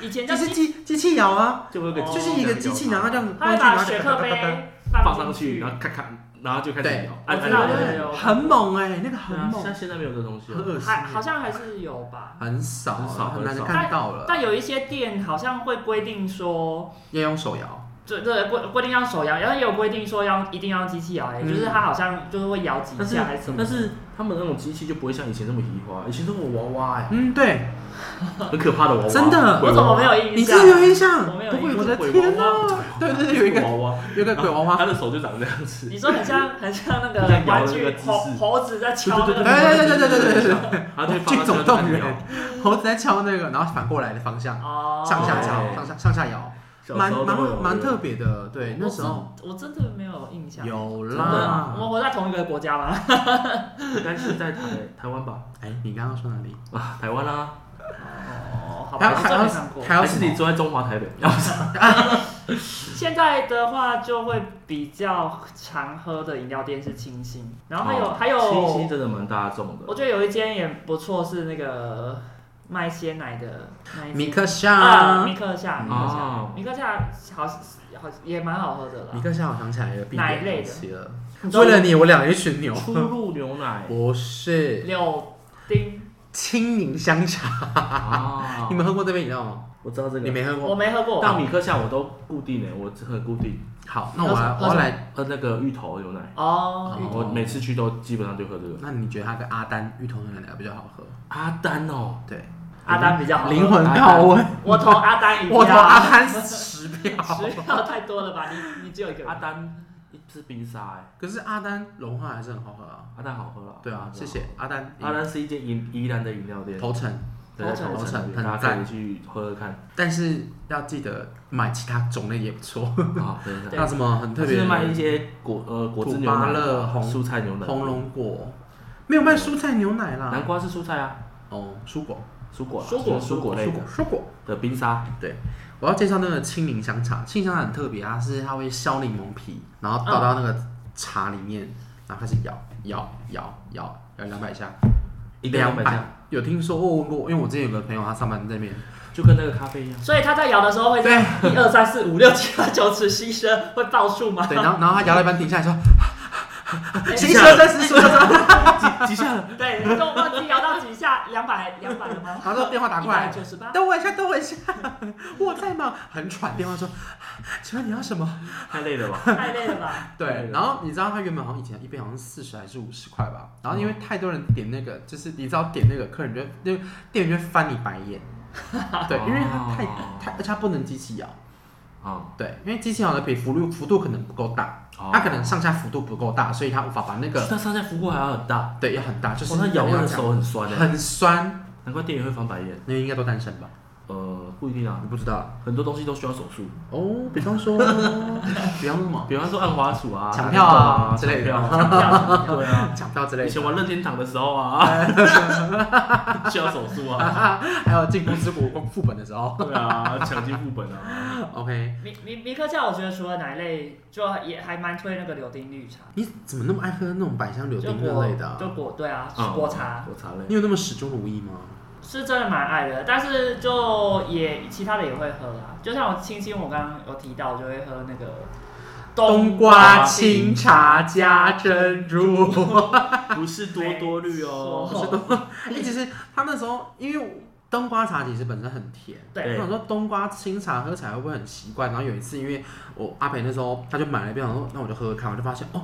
Speaker 3: 以前叫
Speaker 1: 就是
Speaker 3: 机，
Speaker 1: 机机器摇啊，
Speaker 2: 就会有一个
Speaker 3: 哦
Speaker 1: 就是一个机器，然后这样子
Speaker 3: 它会
Speaker 1: 放进去，然
Speaker 3: 把
Speaker 1: 后哒
Speaker 3: 雪克
Speaker 1: 哒哒哒哒
Speaker 3: 杯
Speaker 2: 放
Speaker 3: 进
Speaker 2: 上去，然后咔咔，然后就开始哎
Speaker 1: 对
Speaker 2: 摇，
Speaker 3: 我
Speaker 2: 按
Speaker 3: 知
Speaker 2: 按
Speaker 3: 道
Speaker 2: 按按
Speaker 3: 对对对
Speaker 2: 按。
Speaker 3: 我
Speaker 1: 很猛哎，那个
Speaker 2: 对
Speaker 1: 很
Speaker 2: 啊，
Speaker 1: 猛
Speaker 2: 像，现在没有这东西
Speaker 1: 很
Speaker 2: 了。
Speaker 1: 恶心
Speaker 3: 还
Speaker 1: 欸，
Speaker 3: 好像还是有吧，
Speaker 1: 很少
Speaker 2: 很少
Speaker 1: 很难
Speaker 2: 很少
Speaker 1: 看到了，
Speaker 3: 但有一些店好像会规定说，
Speaker 1: 要用手摇，
Speaker 3: 这这规规定要手摇，然后也有规定说要一定要机器摇、欸，
Speaker 1: 嗯
Speaker 3: 就是它好像就是会摇几
Speaker 2: 但是
Speaker 3: 下还是什么，
Speaker 2: 但是他们那种机器就不会像以前那么移花，以前都有娃娃哎，
Speaker 1: 嗯，对，
Speaker 2: 很可怕的娃娃，
Speaker 1: 真的
Speaker 2: 鬼娃
Speaker 3: 我怎
Speaker 2: 娃
Speaker 3: 么没有印象？
Speaker 1: 你真的有印象？
Speaker 3: 我没有
Speaker 1: 不会，
Speaker 3: 印
Speaker 1: 我的
Speaker 2: 鬼
Speaker 1: 天
Speaker 2: 娃
Speaker 1: 哪！对对对，有一个
Speaker 2: 娃娃，
Speaker 1: [laughs] 有一个鬼娃娃，
Speaker 2: 他的手就长这样子，
Speaker 3: 你说很像很像那
Speaker 2: 很像摇
Speaker 3: 个玩
Speaker 2: 的那个
Speaker 3: 具
Speaker 2: 姿势
Speaker 3: 猴猴子在敲那
Speaker 2: 对
Speaker 3: 个，
Speaker 1: 对对对对对对对对，
Speaker 2: 他就
Speaker 1: 去总动员，猴子在敲那个，然后反过来的方向，
Speaker 3: 哦，
Speaker 1: 上下
Speaker 2: 哦
Speaker 1: 敲，上下上下摇，蛮蛮蛮特别的，对，那时候
Speaker 3: 我真我真的没有印象。
Speaker 1: 有
Speaker 2: 真的
Speaker 3: 我
Speaker 1: 啦。
Speaker 3: 们活在同一个国家吗？
Speaker 2: 别，应该是在台台湾吧？
Speaker 1: 哎，你刚刚说哪里？
Speaker 2: 啊，台湾啦，
Speaker 3: 哦，好
Speaker 1: 还
Speaker 3: 吧，
Speaker 1: 有还
Speaker 3: 我真
Speaker 1: 有
Speaker 3: 没看过。
Speaker 1: 还有
Speaker 2: 还
Speaker 1: 什
Speaker 2: 是你
Speaker 1: 么？
Speaker 2: 住在中华台北？
Speaker 3: 现在的话就会比较常喝的饮料店是清新，然后还有、
Speaker 2: 哦
Speaker 3: 还有，
Speaker 2: 清新真的蛮大众
Speaker 3: 我
Speaker 2: 的，
Speaker 3: 觉得有一间也不错，是那个卖鲜奶的那一间
Speaker 1: 米克夏
Speaker 3: 啊，，米克夏，米克夏，
Speaker 2: 哦，
Speaker 3: 米克夏好好也蛮好喝的
Speaker 1: 米
Speaker 3: 啦。
Speaker 1: 克夏，我想起来了，必
Speaker 3: 哪一
Speaker 1: 点
Speaker 3: 类
Speaker 1: 东
Speaker 3: 的
Speaker 1: 西了。
Speaker 3: 你知道
Speaker 1: 嗯为了你，我养了一群牛。
Speaker 2: 初露牛奶
Speaker 1: 不是
Speaker 3: 柳丁，
Speaker 1: 青柠香茶，
Speaker 2: 啊
Speaker 1: 你，们喝过这杯饮料吗？
Speaker 2: 我知道这
Speaker 1: 你
Speaker 2: 个，
Speaker 1: 没喝
Speaker 3: 我
Speaker 1: 过？
Speaker 3: 没喝过，
Speaker 2: 但米克夏我都固定的，我很固定
Speaker 1: 好，那我来，
Speaker 3: 喝
Speaker 1: 我要
Speaker 3: 什么
Speaker 1: 来。
Speaker 2: 喝那个芋头牛奶，
Speaker 3: 哦，
Speaker 1: 嗯
Speaker 3: 芋头
Speaker 2: 我每次去都基本上就喝这个。
Speaker 1: 那你觉得它跟阿丹芋头牛奶比较好喝？
Speaker 2: 阿丹哦，
Speaker 1: 对，
Speaker 3: 阿丹比较好喝，
Speaker 1: 灵魂拷问。
Speaker 2: 哎
Speaker 3: 我投阿丹一票，
Speaker 1: 我投
Speaker 3: [laughs]
Speaker 1: 阿丹十票。
Speaker 3: 十票太多了吧？你你只有一个人
Speaker 2: 阿丹是冰沙哎，
Speaker 1: 可是阿丹融化还是很好喝啊。
Speaker 2: 阿丹好喝了。
Speaker 1: 对啊，谢谢阿丹。
Speaker 2: 阿丹是一间宜宜兰的饮料店，
Speaker 1: 头城，
Speaker 2: 对在头
Speaker 1: 头
Speaker 2: 城
Speaker 1: 城
Speaker 2: 那边，大
Speaker 1: 很
Speaker 2: 家可以
Speaker 1: 赞
Speaker 2: 去喝
Speaker 1: [laughs]
Speaker 2: 喝看。
Speaker 1: 但是要记得买其他种类也不错。
Speaker 2: 啊，对对
Speaker 1: [laughs]
Speaker 2: 对。
Speaker 1: 那什么很特
Speaker 2: 它
Speaker 1: 别
Speaker 2: 是
Speaker 1: 的？
Speaker 2: 卖一些果呃果汁
Speaker 1: 土
Speaker 2: 牛
Speaker 1: 芭
Speaker 2: 奶、
Speaker 1: 乐红
Speaker 2: 蔬菜牛奶、
Speaker 1: 红龙果，没有卖蔬菜牛奶
Speaker 2: 南
Speaker 1: 啦。
Speaker 2: 瓜是蔬菜啊，
Speaker 1: 哦，蔬果，
Speaker 2: 蔬果啊
Speaker 3: 蔬果
Speaker 2: 蔬果类
Speaker 1: 蔬
Speaker 2: 的
Speaker 1: 果，蔬果。
Speaker 2: 的冰沙，
Speaker 1: 我要介绍那个青柠香茶，青柠香茶很特别，它是它会削柠檬皮，然后倒到那个茶里面，然后开始摇摇摇摇摇两百下，
Speaker 2: 一个两百下，
Speaker 1: 有听说过问过，因为我之前有个朋友他上班在那边，
Speaker 2: 就跟那个
Speaker 1: [laughs]
Speaker 2: 咖啡一样。
Speaker 3: 所以他在摇的时候会这样一二三四五六七八九十牺牲，会爆数吗？哎
Speaker 1: 对，然后然后他摇到一半停下来说，行，三三四四，
Speaker 2: 极极限了，
Speaker 3: [laughs] 对，你说我忘记摇到几下，两百两百了 [laughs] 吗？
Speaker 1: [laughs] 然后电话打过来，
Speaker 3: 九十八，
Speaker 1: 等我一下，等我一下，我在忙，很喘。电话说，啊请问你要什么？
Speaker 2: 太累了
Speaker 1: [laughs]
Speaker 2: 吧？
Speaker 3: 太累了吧？
Speaker 1: 对，然后你知道他原本好像以前一杯好像四十还是五十块吧，然后因为太多人点那个，就是你知道点那个，客人就那个店员就翻你白 [laughs] 眼，对，因为他太太，而且他不能机器摇，
Speaker 2: 啊，
Speaker 1: 对，因为机器摇的比幅度幅度可能不够大，
Speaker 2: 哦
Speaker 1: 它可能上下幅度不够大，所以它无法把那 [laughs]
Speaker 2: 是
Speaker 1: 个
Speaker 2: 它上下幅度还要很大，
Speaker 1: 对要很大，就是
Speaker 2: 哦，那摇
Speaker 1: 你要
Speaker 2: 那个
Speaker 1: 这样
Speaker 2: 手很酸的，
Speaker 1: 很酸，
Speaker 2: 难怪店员会翻白眼。
Speaker 1: 那应该都单身吧？
Speaker 2: 呃，不一定啊
Speaker 1: 你，不知道
Speaker 2: 很多东西都需要手术，
Speaker 1: 哦，比方 [laughs] 说，比方说什么
Speaker 2: 比方说按滑鼠啊、
Speaker 1: 抢票啊之类的
Speaker 2: 抢票
Speaker 3: 这样子
Speaker 2: 啊对啊，
Speaker 1: 抢票之类
Speaker 2: [laughs] 以前
Speaker 1: 的，
Speaker 2: 玩任天堂的时候 [laughs] 啊，需要手术啊，
Speaker 1: 还有进公司国光副本的时候
Speaker 2: 对啊，抢进副本啊，
Speaker 1: ，OK，
Speaker 3: [laughs] 米米米克夏，我觉得除了奶类，就也还蛮推那个柳丁绿茶，
Speaker 1: 你怎么那么爱喝那种百香柳
Speaker 3: 就
Speaker 1: 丁
Speaker 3: 果
Speaker 1: 那类的啊、
Speaker 3: 就果对啊，
Speaker 2: 嗯
Speaker 3: 果茶
Speaker 2: 我查了，
Speaker 1: 你有那么始终如一吗？
Speaker 3: 是真的蛮爱的，但是就也其他的也会喝啦，就像我青青，我刚刚有提到，我就会喝那个
Speaker 1: 冬瓜清茶加珍珠，
Speaker 2: 不是多多绿哦，
Speaker 3: 没错
Speaker 1: [laughs] 哎，其实他那时候因为冬瓜茶其实本身很甜。我
Speaker 3: 对
Speaker 2: 对
Speaker 1: 想说冬瓜清茶喝起来会不会很奇怪？然后有一次，因为我阿培那时候他就买了一杯，我说那我就喝喝看，我就发现哦，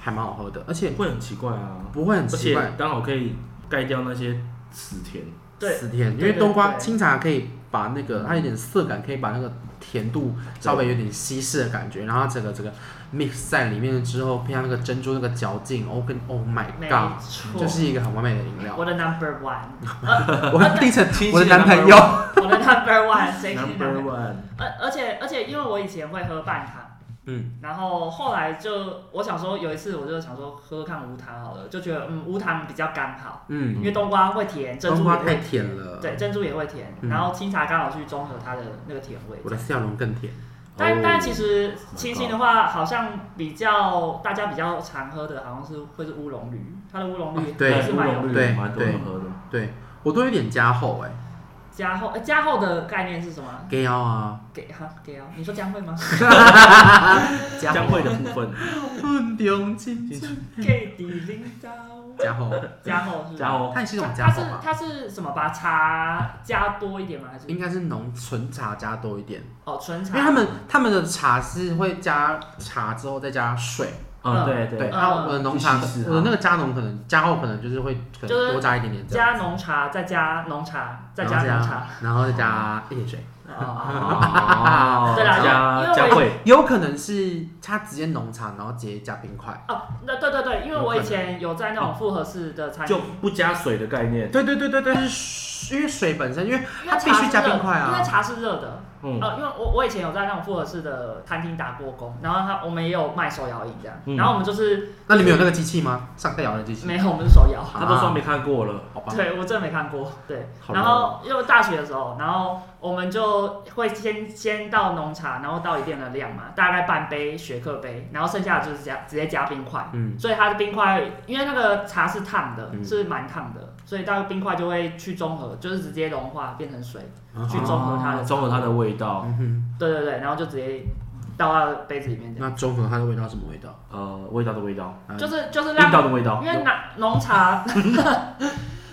Speaker 1: 还蛮好喝的，而且
Speaker 2: 会很奇怪啊，
Speaker 1: 不会很
Speaker 2: 而
Speaker 1: 奇
Speaker 2: 且
Speaker 1: 怪，
Speaker 2: 刚好可以盖掉那些死甜，
Speaker 3: 对
Speaker 1: 死甜，因
Speaker 3: 对
Speaker 1: 为冬瓜
Speaker 3: 对对
Speaker 1: 清茶可以把那个它有点涩感，可以把那个甜度稍微有点稀释的感觉，然后它整个整个 mix 在里面之后，配上那个珍珠那个嚼劲，哦跟 Oh my
Speaker 3: 没
Speaker 1: God，
Speaker 3: 错，
Speaker 1: 就是一个很完美的饮料
Speaker 3: 我。的 number one，
Speaker 1: [laughs] 我跟定成
Speaker 2: 亲戚
Speaker 1: 我的男朋
Speaker 2: number
Speaker 1: 友，
Speaker 3: 我的 number
Speaker 1: [laughs]
Speaker 3: one，谁是你
Speaker 2: Number
Speaker 3: number one？
Speaker 2: one，
Speaker 3: 而而且而且，因为我以前会喝半糖，
Speaker 1: 嗯，
Speaker 3: 然后后来就我想说，有一次我就想说喝喝看无糖好了，就觉得嗯无糖比较刚好，
Speaker 1: 嗯，
Speaker 3: 因为冬瓜会甜，珍
Speaker 1: 冬
Speaker 3: 珠也
Speaker 1: 瓜
Speaker 3: 会
Speaker 1: 太甜了，
Speaker 3: 对，珍珠也会甜，
Speaker 1: 嗯
Speaker 3: 然后清茶刚好去中和它的那个甜味。
Speaker 1: 我的笑容更甜。
Speaker 3: 但但其
Speaker 2: 实
Speaker 3: 实
Speaker 1: Oh
Speaker 3: 清新的话，好像比较大家比较常喝的，好像是会是乌龙绿，它的乌龙绿
Speaker 1: 哦对
Speaker 3: 也是
Speaker 2: 乌
Speaker 3: 蛮
Speaker 2: 龙
Speaker 3: 有
Speaker 2: 绿
Speaker 1: 对
Speaker 2: 蛮多
Speaker 1: 对
Speaker 2: 人喝的，
Speaker 1: 对我都有点加厚哎、
Speaker 3: 加厚。呃加厚的概念是什么？
Speaker 1: 给腰啊，
Speaker 3: 给哈给啊，你说
Speaker 1: [laughs]
Speaker 3: 姜会吗？
Speaker 1: 加
Speaker 2: 将
Speaker 3: [laughs]
Speaker 2: 会的部 [laughs] 分，
Speaker 1: 混丢进去，
Speaker 3: 给底领导，
Speaker 1: 加厚，
Speaker 3: 加厚是吧
Speaker 2: 加哦，
Speaker 1: 它也是一种
Speaker 3: 它
Speaker 1: 加
Speaker 3: 它
Speaker 1: 厚
Speaker 3: 是
Speaker 1: 吧？
Speaker 3: 它是什么？把茶加多一点吗？还是
Speaker 1: 应该是浓纯茶加多一点，
Speaker 3: 哦纯
Speaker 1: 因
Speaker 3: 茶？
Speaker 1: 为他们他们的茶是会加茶之后再加水，
Speaker 2: 嗯，
Speaker 3: 嗯
Speaker 2: 对
Speaker 1: 对，
Speaker 2: 对，
Speaker 1: 然后我的浓茶，
Speaker 2: 去稀释它
Speaker 1: 我的那个加浓可能加厚可能就是会可
Speaker 3: 就
Speaker 1: 能
Speaker 3: 是
Speaker 1: 多加一点点这样，
Speaker 3: 加浓茶，再加浓茶，再
Speaker 1: 然
Speaker 3: 加
Speaker 1: 后
Speaker 3: 浓茶。
Speaker 1: 然后再加一点水，
Speaker 3: 哦，
Speaker 1: [laughs]
Speaker 2: 哦
Speaker 3: 对啦
Speaker 2: 加
Speaker 3: 因为
Speaker 2: 加
Speaker 3: 因为
Speaker 2: 会，
Speaker 1: 有可能是它直接浓茶，然后直接加冰块，
Speaker 3: 哦，那对对对，因为我以前有在那种复合式的餐厅
Speaker 2: 就，不加水的概念，
Speaker 1: 对对对对对，就是因为水本身，因为
Speaker 3: 因为茶是
Speaker 1: 它必须加
Speaker 3: 热的
Speaker 1: 冰块啊
Speaker 3: 因为茶是热的。
Speaker 2: 嗯，
Speaker 3: 呃，因为我我以前有在那种复合式的餐厅打过工，然后他我们也有卖手摇饮这样，
Speaker 2: 嗯
Speaker 3: 然后我们就是
Speaker 1: 那你们有那个机器吗？上盖窑的机器？
Speaker 3: 没有，我们是手摇。
Speaker 2: 他都说没看过了，
Speaker 1: 好吧，
Speaker 3: 对，我真的没看过。对，
Speaker 1: 好
Speaker 3: 啊然
Speaker 1: 吧，
Speaker 3: 后因为大学的时候，然后我们就会先先到浓茶，然后到一定的量嘛，大概半杯雪克杯，然后剩下的就是加直接加冰块，
Speaker 1: 嗯，
Speaker 3: 所以它的冰块因为那个茶是烫的，
Speaker 1: 嗯
Speaker 3: 是蛮烫的，所以大概冰块就会去中和，就是直接融化变成水。去
Speaker 1: 啊
Speaker 3: 中和它的
Speaker 2: 哦中和它的味道，
Speaker 1: 嗯哼。
Speaker 3: 对对对，然后就直接倒到杯子里面这样，
Speaker 1: 那中和它的味道是什么味道？
Speaker 2: 呃，味道的味道，
Speaker 1: 嗯
Speaker 3: 就是就是
Speaker 2: 味道
Speaker 3: 让。
Speaker 2: 的味道
Speaker 3: 因，为拿浓茶，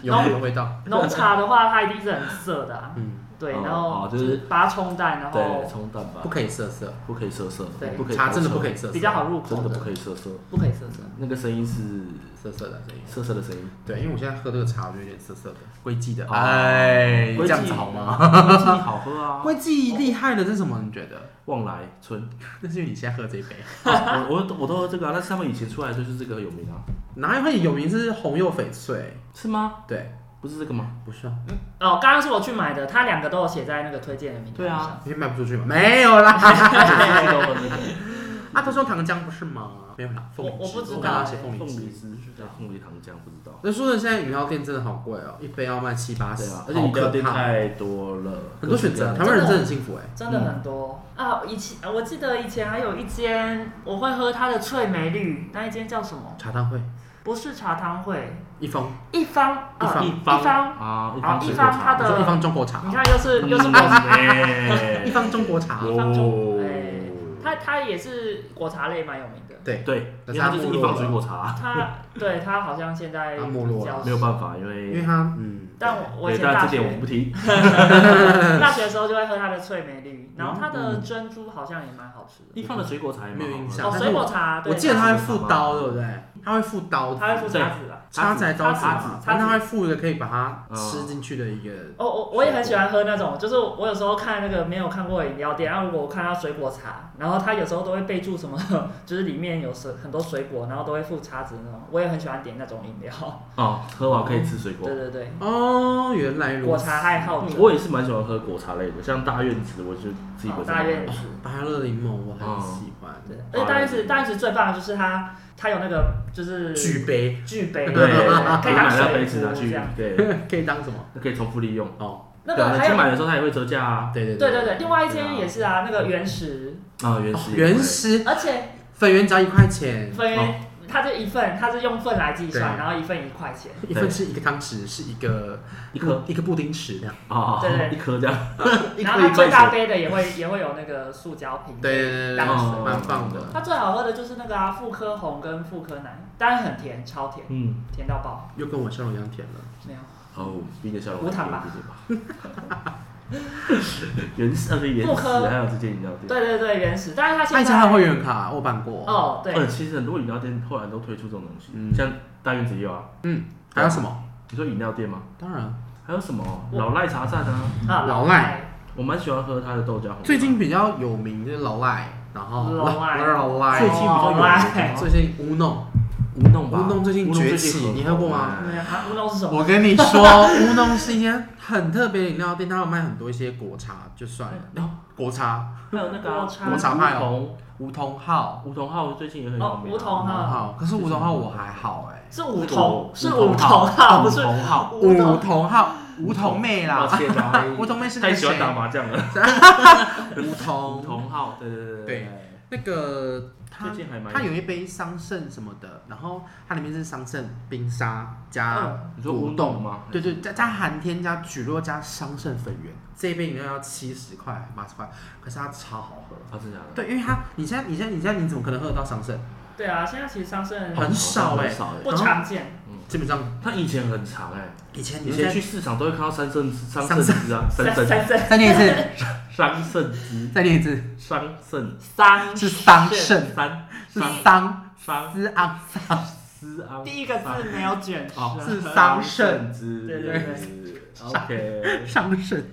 Speaker 1: 有没有味道？
Speaker 3: 浓茶的话，它一定是很涩的、啊，
Speaker 1: 嗯，
Speaker 3: 对，
Speaker 2: 哦
Speaker 3: 然
Speaker 2: 哦
Speaker 3: 后
Speaker 2: 就是
Speaker 3: 把它冲淡，然后
Speaker 2: 对，冲淡吧
Speaker 1: 不，可以涩涩，
Speaker 2: 不可以涩涩，
Speaker 3: 哦对
Speaker 2: 不可以
Speaker 1: 茶真的不可
Speaker 2: 以，
Speaker 1: 以涩涩，
Speaker 3: 比较好入口
Speaker 2: 真的不
Speaker 3: 的，
Speaker 2: 可以涩涩，
Speaker 3: 不可以涩涩。
Speaker 2: 那个声音是
Speaker 1: 涩涩的声音。
Speaker 2: 涩涩的声音，
Speaker 1: 对，因为我现在喝这个茶，我觉得有点涩涩的，归记的。
Speaker 2: 哦
Speaker 1: 哎，
Speaker 2: 归
Speaker 1: 这
Speaker 2: 记
Speaker 1: 样子好 [laughs] 吗？
Speaker 2: 自己好喝啊，
Speaker 1: 归记厉害的是什么？你觉得？
Speaker 2: 旺来春，
Speaker 1: 那是因为你现在喝这一杯，
Speaker 2: 我我我都喝这个啊，但是他们以前出来的时候就是这个有名啊，
Speaker 1: 哪会有名是红柚翡翠？
Speaker 2: 是吗？
Speaker 1: 对，
Speaker 2: 不是这个吗？
Speaker 1: 不是啊，
Speaker 3: 哦，刚刚是我去买的，它两个都有写在那个推荐的名单上。
Speaker 1: 你卖不出去吗？没有啦，
Speaker 2: 这个我这个
Speaker 1: [laughs] 啊，都说糖浆不是吗？没有啦，凤梨汁
Speaker 3: 我不知道
Speaker 1: 我看到写凤
Speaker 2: 凤
Speaker 1: 梨
Speaker 2: 梨
Speaker 1: 汁。
Speaker 2: 汁，对，凤梨糖浆不知道。
Speaker 1: 那说的现在饮料店真的好贵哦，一杯要卖七八
Speaker 2: 对
Speaker 1: 十
Speaker 2: 啊，，
Speaker 1: 而且饮料店太
Speaker 2: 太多了，
Speaker 1: 很多选择，台湾人真的很幸福哎。
Speaker 3: [laughs] 真的很多、啊！以前我记得以前还有一间我会喝它的翠梅绿，那一间叫什么？
Speaker 1: 茶汤会
Speaker 3: 不是茶汤会，
Speaker 1: 一方
Speaker 3: 一方
Speaker 1: 一
Speaker 3: 啊
Speaker 1: 方
Speaker 2: 一
Speaker 3: 一
Speaker 2: 方
Speaker 3: 方
Speaker 2: 啊，一
Speaker 3: 啊
Speaker 2: 方水
Speaker 3: 一
Speaker 2: 果
Speaker 3: 方
Speaker 2: 茶
Speaker 3: 它
Speaker 1: 你说一
Speaker 3: 的，
Speaker 1: 方中国茶
Speaker 3: [laughs] 你，看又是又是
Speaker 2: 嗯
Speaker 3: 墨
Speaker 2: 哎
Speaker 1: 一方中国茶，
Speaker 3: 一方中
Speaker 2: 哦
Speaker 3: 哎它它也是果茶类蛮有名的。
Speaker 1: 对，
Speaker 2: 对，
Speaker 1: 可
Speaker 2: 因
Speaker 1: 是
Speaker 2: 为
Speaker 1: 它
Speaker 2: 它就是
Speaker 1: 没
Speaker 2: 一
Speaker 1: 落
Speaker 2: 坊水
Speaker 1: 了
Speaker 2: 果茶，
Speaker 3: 它对它好像现在
Speaker 1: 它没落了
Speaker 3: 比较
Speaker 2: 没有办法，因
Speaker 1: 因为
Speaker 2: 为
Speaker 1: 它嗯，
Speaker 3: 但我我以
Speaker 2: 对，
Speaker 3: 前
Speaker 2: 但
Speaker 3: 大
Speaker 2: 这点我们
Speaker 3: 学
Speaker 2: 不
Speaker 3: [laughs]
Speaker 2: 提。
Speaker 3: 大学的时候就会喝它的脆梅绿，然后它的珍珠好像也蛮好吃的。
Speaker 2: 一方的水果茶也蛮好
Speaker 1: 没有印象
Speaker 3: 哦，
Speaker 1: 但是
Speaker 3: 水果茶，对
Speaker 1: 我记得它会
Speaker 2: 它是
Speaker 1: 附
Speaker 2: 有
Speaker 1: 刀，对不对？它会附刀子，
Speaker 3: 它会附沙子啊。
Speaker 1: 叉子还是刀子
Speaker 3: 叉子
Speaker 1: 嘛，
Speaker 3: 叉
Speaker 1: 反
Speaker 3: 子
Speaker 1: 正它会附一个可以把它
Speaker 2: 嗯
Speaker 1: 吃进去的一个，
Speaker 3: 哦，我我也很喜欢喝那种，就是我有时候看那个没有看过的饮料店，然后如果我看到水果茶，然后它有时候都会备注什么，就是里面有水很多水果，然后都会附叉子那种，我也很喜欢点那种饮料。
Speaker 2: 哦，喝完可以吃水果
Speaker 3: 对。对对，
Speaker 1: 哦，原来如
Speaker 3: 果
Speaker 1: 此。
Speaker 3: 茶爱好者，
Speaker 2: 我也是蛮喜欢喝果茶类的，像大院子，我就自己本身
Speaker 3: 哦大院子。
Speaker 1: 芭乐柠檬我很喜欢，
Speaker 3: 对，而且大院子大院子最棒的就是它，它有那个就是
Speaker 1: 举杯
Speaker 3: 巨杯， [laughs]
Speaker 2: 对，
Speaker 3: 可
Speaker 2: 买
Speaker 3: 以当
Speaker 2: 那
Speaker 3: 水
Speaker 2: 杯子拿
Speaker 3: 壶这
Speaker 2: 去
Speaker 3: 样。，
Speaker 2: 对，
Speaker 1: 可以当什么？
Speaker 2: 那可以重复利用。
Speaker 1: 哦，
Speaker 3: 那
Speaker 2: 对
Speaker 3: 个
Speaker 2: 啊
Speaker 3: 还
Speaker 2: 去
Speaker 3: 有
Speaker 2: 买的时候它也会折价啊。
Speaker 1: 对对
Speaker 3: 对对对，另外一间
Speaker 2: 对啊
Speaker 3: 也是啊，那个原石，
Speaker 2: 啊，原
Speaker 1: 哦
Speaker 2: 始
Speaker 1: 原始
Speaker 3: 而且
Speaker 1: 粉圆只要一块钱，
Speaker 3: 分
Speaker 2: 哦
Speaker 3: 它这一份，它是用份来计算，
Speaker 1: 对
Speaker 3: 然后一份一块钱。
Speaker 1: 一份是一个汤匙，是一个
Speaker 2: 一颗
Speaker 1: 一个布丁匙这样，
Speaker 2: 啊
Speaker 3: 对对，
Speaker 2: [laughs] 一颗这样。
Speaker 1: 一
Speaker 3: [laughs] 然后
Speaker 1: 颗
Speaker 3: 它
Speaker 1: 一
Speaker 3: 最
Speaker 1: 块
Speaker 3: 大
Speaker 1: 钱。
Speaker 3: 杯的也会也会有那个塑胶瓶，
Speaker 1: 对对对对，
Speaker 3: 当嗯
Speaker 2: 时
Speaker 1: 对蛮棒的。
Speaker 3: 它最好喝的就是那个啊，妇科红跟妇科奶，当然很甜，超甜，
Speaker 2: 嗯，
Speaker 3: 甜到爆。
Speaker 1: 又跟我笑容一样甜了。
Speaker 3: 没有，
Speaker 2: 哦，比你的笑容
Speaker 3: 无糖吧
Speaker 2: 谢谢 [laughs] 吧。原始呃，对原
Speaker 3: 妇
Speaker 2: 始
Speaker 3: 科
Speaker 2: 还有这间饮料店。
Speaker 3: 对对对，原始，但是它
Speaker 1: 他以
Speaker 3: 现
Speaker 1: 前还有
Speaker 3: 在
Speaker 1: 会员卡，我办过。
Speaker 3: 哦，对，
Speaker 2: 呃，其实很多饮料店后来都推出这种东西，
Speaker 1: 嗯
Speaker 2: 像大院子也有啊。
Speaker 1: 还有什么？
Speaker 2: 你说饮料店吗？
Speaker 1: 当然，
Speaker 2: 还有什么
Speaker 3: 我
Speaker 2: 老赖茶站啊？
Speaker 3: 啊
Speaker 1: 老赖
Speaker 2: 我蛮喜欢喝它的豆浆红茶。
Speaker 1: 最近比较有名就是老赖，然后
Speaker 3: 老赖
Speaker 1: 老赖，
Speaker 2: 最近比较有名
Speaker 3: 赖
Speaker 2: 的
Speaker 1: 最近乌弄。
Speaker 2: 乌弄吧，
Speaker 1: 乌弄最近崛起
Speaker 2: 乌弄最近
Speaker 1: 你
Speaker 2: 很
Speaker 1: 喝过吗
Speaker 3: 赖，对啊，乌龙是什
Speaker 1: [laughs]
Speaker 3: 么？
Speaker 1: 我跟你 [laughs] 说，乌弄是一间很特别的饮料店，它有卖很多一些果茶，就算了，
Speaker 3: 嗯
Speaker 1: 然后果茶
Speaker 2: 还有那个
Speaker 3: 果茶
Speaker 2: 啊
Speaker 1: 果茶派哦
Speaker 2: 梧
Speaker 1: 梧桐号，
Speaker 2: 桐梧桐号最近也很有
Speaker 3: 哦，
Speaker 2: 名啊。嗯
Speaker 3: 梧桐
Speaker 1: 梧桐
Speaker 3: 哈，
Speaker 1: 号，可是梧桐号我还好哎、
Speaker 3: 是梧桐，是
Speaker 2: 梧
Speaker 3: 梧
Speaker 2: 桐
Speaker 3: [laughs] 桐哈，不
Speaker 2: 梧
Speaker 3: 是
Speaker 2: 桐号，
Speaker 1: 梧
Speaker 3: [laughs] 梧桐。
Speaker 1: 桐号，梧桐妹
Speaker 3: [laughs]
Speaker 2: 抱
Speaker 1: 啦，
Speaker 2: 歉啊
Speaker 1: [laughs] ，梧桐妹是那
Speaker 2: 太
Speaker 1: 个
Speaker 2: 喜欢
Speaker 1: 谁？
Speaker 2: 打麻将了。
Speaker 1: 梧
Speaker 2: 梧
Speaker 1: 桐
Speaker 2: 桐号，对对对
Speaker 1: 对，那个它
Speaker 2: 最近还蛮
Speaker 1: 它有一杯桑葚什么的，然后它里面是桑葚冰沙加
Speaker 3: 嗯
Speaker 2: 你说
Speaker 1: 果
Speaker 2: 乌
Speaker 1: 冻
Speaker 2: 冬吗？
Speaker 1: 对对，加加寒天加菊络加桑葚粉圆，这一杯饮料要七十块八十块，可是它超好喝。
Speaker 2: 啊，真的假的？
Speaker 1: 对，因为它你现在你现在你现在你怎么可能喝得到桑葚？
Speaker 3: 对啊，现在其实桑葚
Speaker 1: 很少
Speaker 2: 很
Speaker 1: 哎、
Speaker 2: 少哎。
Speaker 3: 不常见，
Speaker 1: 基本上
Speaker 2: 它以前很长哎，
Speaker 1: 以前你
Speaker 2: 以
Speaker 1: 在
Speaker 2: 前去市场都会看到三圣枝、桑
Speaker 1: 桑葚
Speaker 2: 葚枝啊，三
Speaker 3: 三
Speaker 2: 圣、
Speaker 3: 三三
Speaker 1: 再念一次，
Speaker 2: 桑葚枝、
Speaker 1: 再念一次，
Speaker 2: 桑葚、
Speaker 3: 三
Speaker 1: 是桑葚，
Speaker 2: 三
Speaker 1: 是
Speaker 2: 桑
Speaker 1: 桑
Speaker 2: 桑
Speaker 1: 斯昂桑，
Speaker 2: 丝啊，
Speaker 3: 第一个
Speaker 2: 桑
Speaker 3: 字没有卷舌，
Speaker 2: 哦
Speaker 1: 是桑葚
Speaker 2: 葚枝，
Speaker 3: 对对
Speaker 2: ，OK，
Speaker 1: 桑葚，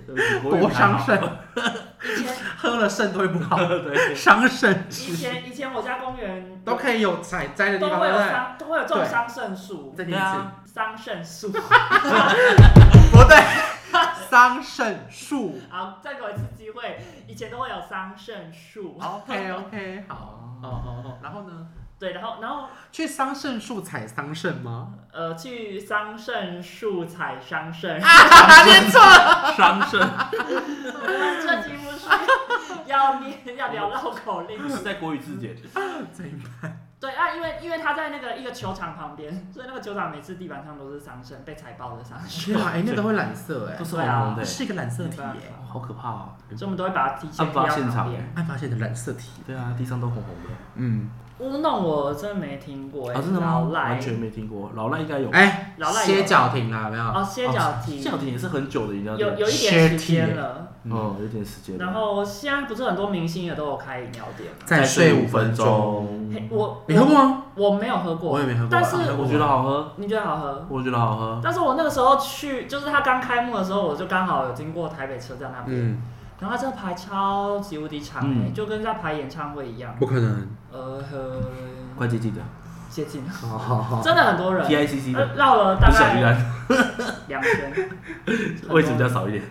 Speaker 2: 国
Speaker 1: 多桑葚，
Speaker 3: 以前
Speaker 1: 喝了肾都会不
Speaker 2: [laughs]
Speaker 1: 好，
Speaker 2: 对，
Speaker 1: 桑葚
Speaker 3: 以前以前我家公园
Speaker 1: 都可以有采摘的地
Speaker 3: 都
Speaker 1: 方，
Speaker 3: 会
Speaker 1: 对
Speaker 3: 有
Speaker 1: 不对？
Speaker 3: 桑都会有种桑葚树，
Speaker 1: 再
Speaker 2: 对
Speaker 1: 念一次，
Speaker 2: 啊，
Speaker 3: 桑葚树。
Speaker 1: 不对， [laughs] 桑葚树
Speaker 3: [laughs] 好，再给我一次机会，以前都会有桑葚树。
Speaker 1: ，OK OK，好，
Speaker 2: 好
Speaker 1: 哦哦哦，然后呢？
Speaker 3: 对，然后然后
Speaker 1: 去桑葚树采桑葚吗？
Speaker 3: 呃，去桑葚树采桑葚，
Speaker 1: 啊，念错了，
Speaker 2: 桑葚
Speaker 3: 这几乎是 [laughs] 要念要聊绕口令。
Speaker 2: 是在国语字典，
Speaker 3: 对啊，因为因为他在那个一个球场旁边，所以那个球场每次地板上都是桑葚，被踩爆的桑葚，
Speaker 1: 天啊，哎，那个会染色哎
Speaker 2: 都，是红红的
Speaker 1: 这，是一个染色体
Speaker 3: 没办
Speaker 1: 耶
Speaker 3: 法，
Speaker 2: 哇好可怕啊！
Speaker 3: 所以我们都会把它提前
Speaker 2: 案
Speaker 3: 丢
Speaker 2: 发
Speaker 3: 到
Speaker 2: 现
Speaker 3: 旁
Speaker 2: 场，
Speaker 3: 边。
Speaker 1: 案发现的染色体，
Speaker 2: 对啊，地上都红红的，
Speaker 1: 嗯，
Speaker 3: 乌弄我真的没听过哎、
Speaker 2: 啊，真的吗？
Speaker 3: 老赖
Speaker 2: 完全没听过，老赖应该有，
Speaker 1: 哎，
Speaker 3: 老赖有
Speaker 1: 歇脚亭啦，有没有？
Speaker 3: 哦，歇脚亭
Speaker 2: 这两天也是很久的饮料
Speaker 3: 有
Speaker 2: 店，
Speaker 3: 有一点时间了。
Speaker 2: 嗯，有点时间了，
Speaker 3: 然后现在不是很多明星也都有开饮料店吗？
Speaker 1: 再睡五分钟。
Speaker 2: 钟，
Speaker 3: 嘿我
Speaker 1: 你喝过吗？
Speaker 3: 我没有喝
Speaker 1: 我
Speaker 3: 过
Speaker 1: 也，没喝过啊，
Speaker 3: 但是
Speaker 2: 我觉得好喝，
Speaker 3: 你觉得好喝？
Speaker 2: 我觉得好喝，
Speaker 3: 但是我那个时候去，就是他刚开幕的时候，我就刚好有经过台北车站那边，
Speaker 1: 嗯，
Speaker 3: 然后他这排超级无敌长、欸，
Speaker 2: 嗯
Speaker 3: 就跟在排演唱会一样，
Speaker 1: 不可能。
Speaker 3: 呃，很
Speaker 2: 快接近的
Speaker 3: 接近了，
Speaker 1: 好好好，
Speaker 3: 真的很多人，
Speaker 2: ，TICC 的，
Speaker 3: 呃绕了大
Speaker 2: 不小鱼
Speaker 1: 啊
Speaker 3: 概
Speaker 2: 兰，
Speaker 3: 两圈，
Speaker 2: [laughs]
Speaker 1: [laughs]
Speaker 2: 位置比较少一点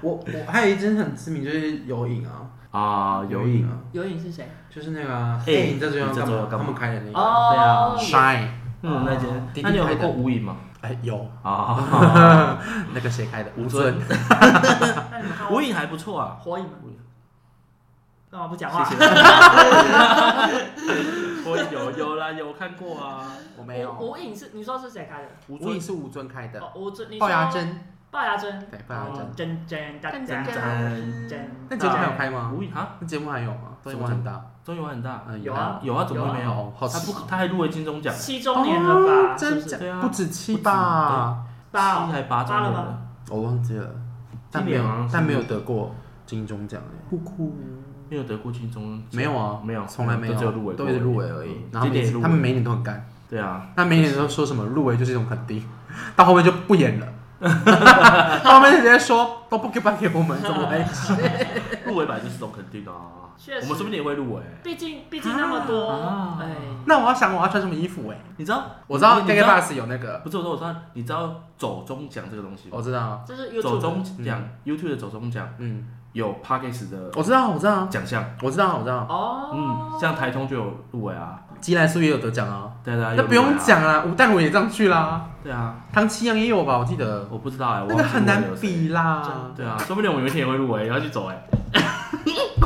Speaker 1: 我我还有一支很知名，就是有影啊，
Speaker 2: 啊，有瘾。
Speaker 1: 啊，
Speaker 3: 有影是谁？
Speaker 1: 就是那个啊
Speaker 2: 哎
Speaker 1: 哎，你这周要
Speaker 2: 你这
Speaker 1: 干
Speaker 2: 周
Speaker 1: 嘛
Speaker 2: 要？干
Speaker 1: 他
Speaker 2: 嘛
Speaker 1: 们开的那个
Speaker 3: 哦，
Speaker 2: 对
Speaker 1: Shine，
Speaker 2: 嗯，那间，
Speaker 1: 滴滴
Speaker 2: 那你有喝
Speaker 1: 开的
Speaker 2: 过无影吗？
Speaker 1: 哎有，
Speaker 2: [laughs] 啊，
Speaker 1: 那个谁开的？吴
Speaker 2: 尊
Speaker 1: 尊，
Speaker 3: 那你们看
Speaker 2: 无
Speaker 3: 我
Speaker 2: 影还不错啊。
Speaker 3: 火影吗？干嘛不讲话？
Speaker 2: 谢谢。
Speaker 3: [laughs]
Speaker 2: [laughs] 我有有啦，有看过啊。
Speaker 1: 我没有，
Speaker 3: 无影是你说是谁开的？
Speaker 2: 吴
Speaker 1: 吴
Speaker 2: 尊
Speaker 1: 影是吴尊开的，
Speaker 3: 哦，吴尊，你说
Speaker 1: 龅牙，珍，
Speaker 3: 龅牙哦针，
Speaker 1: 对龅牙
Speaker 2: 针
Speaker 3: 针针针针针
Speaker 2: 针
Speaker 3: 针针
Speaker 1: 那节目还有
Speaker 3: 针，
Speaker 1: 开吗？
Speaker 2: 无影啊，
Speaker 1: 那节目还有吗？
Speaker 2: 什
Speaker 1: 规
Speaker 2: 么
Speaker 1: 模很大，
Speaker 2: 中油很大，
Speaker 1: 嗯
Speaker 3: 有啊
Speaker 2: 有啊，怎么会没
Speaker 1: 有啊
Speaker 2: 有？
Speaker 1: 好
Speaker 2: 他
Speaker 1: 奇
Speaker 2: 不，他还入围金钟奖，
Speaker 3: 七周年了吧？
Speaker 1: 哦
Speaker 3: 是不
Speaker 1: 真
Speaker 3: 是
Speaker 1: 假
Speaker 2: 对啊
Speaker 1: 不止七吧？
Speaker 3: 八
Speaker 2: 七
Speaker 3: 哦
Speaker 2: 还八周年
Speaker 3: 八了
Speaker 2: 了，
Speaker 1: 我忘记了，但
Speaker 2: 今
Speaker 1: 没有
Speaker 2: 年好像，是
Speaker 1: 但没有得过金钟奖哎，酷酷，
Speaker 2: 没有得过金钟奖，
Speaker 1: 没有啊，
Speaker 2: 没有，
Speaker 1: 从来没有，
Speaker 2: 都只有入围过，
Speaker 1: 都一直入围而已
Speaker 2: 嗯。
Speaker 1: 然后
Speaker 2: 今年
Speaker 1: 每
Speaker 2: 也
Speaker 1: 次
Speaker 2: 入围
Speaker 1: 他们每一年都很干，
Speaker 2: 对啊，
Speaker 1: 那每一年都说什么入围就是一种肯定， [laughs] 到后面就不演了， [laughs] 到后面就直接说都不给颁给我们，怎么回事？
Speaker 2: 入围本来就是种肯定的啊，
Speaker 3: 确实
Speaker 2: 我们说不定也会入围。
Speaker 3: 毕竟毕竟那么多，
Speaker 2: 啊
Speaker 3: 哎、
Speaker 1: 那我要想我要穿什么衣服哎，
Speaker 2: 你知道？
Speaker 1: 我知道
Speaker 2: 你
Speaker 1: g a
Speaker 2: 你
Speaker 1: g
Speaker 2: 知
Speaker 1: a
Speaker 2: 道
Speaker 1: Bus 有那个，
Speaker 2: 不是我说，我说你知道走中奖这个东西吗？
Speaker 1: 我知道，
Speaker 3: 这是 YouTube
Speaker 2: 走中奖 YouTube 的走中奖
Speaker 1: 嗯，
Speaker 2: 有 Pockets 的
Speaker 1: 我知道，我知道，
Speaker 2: 奖项，
Speaker 1: 我知道，我知道，
Speaker 3: 哦，
Speaker 2: 嗯，像台通就有入围啊，
Speaker 1: 基莱素也有得奖啊，
Speaker 2: 对啊，
Speaker 1: 那
Speaker 2: 有
Speaker 1: 不
Speaker 2: 入围
Speaker 1: 用
Speaker 2: 啊，
Speaker 1: 讲啦，吴淡如也上去啦，
Speaker 2: 对啊，
Speaker 1: 唐奇阳也有吧，我记得，
Speaker 2: 我不知道哎，我
Speaker 1: 那个
Speaker 2: 忘记
Speaker 1: 很
Speaker 2: 入围
Speaker 1: 难
Speaker 2: 有谁，
Speaker 1: 比啦。
Speaker 2: 对啊，说不定我们有一天也会入围，也要去走哎，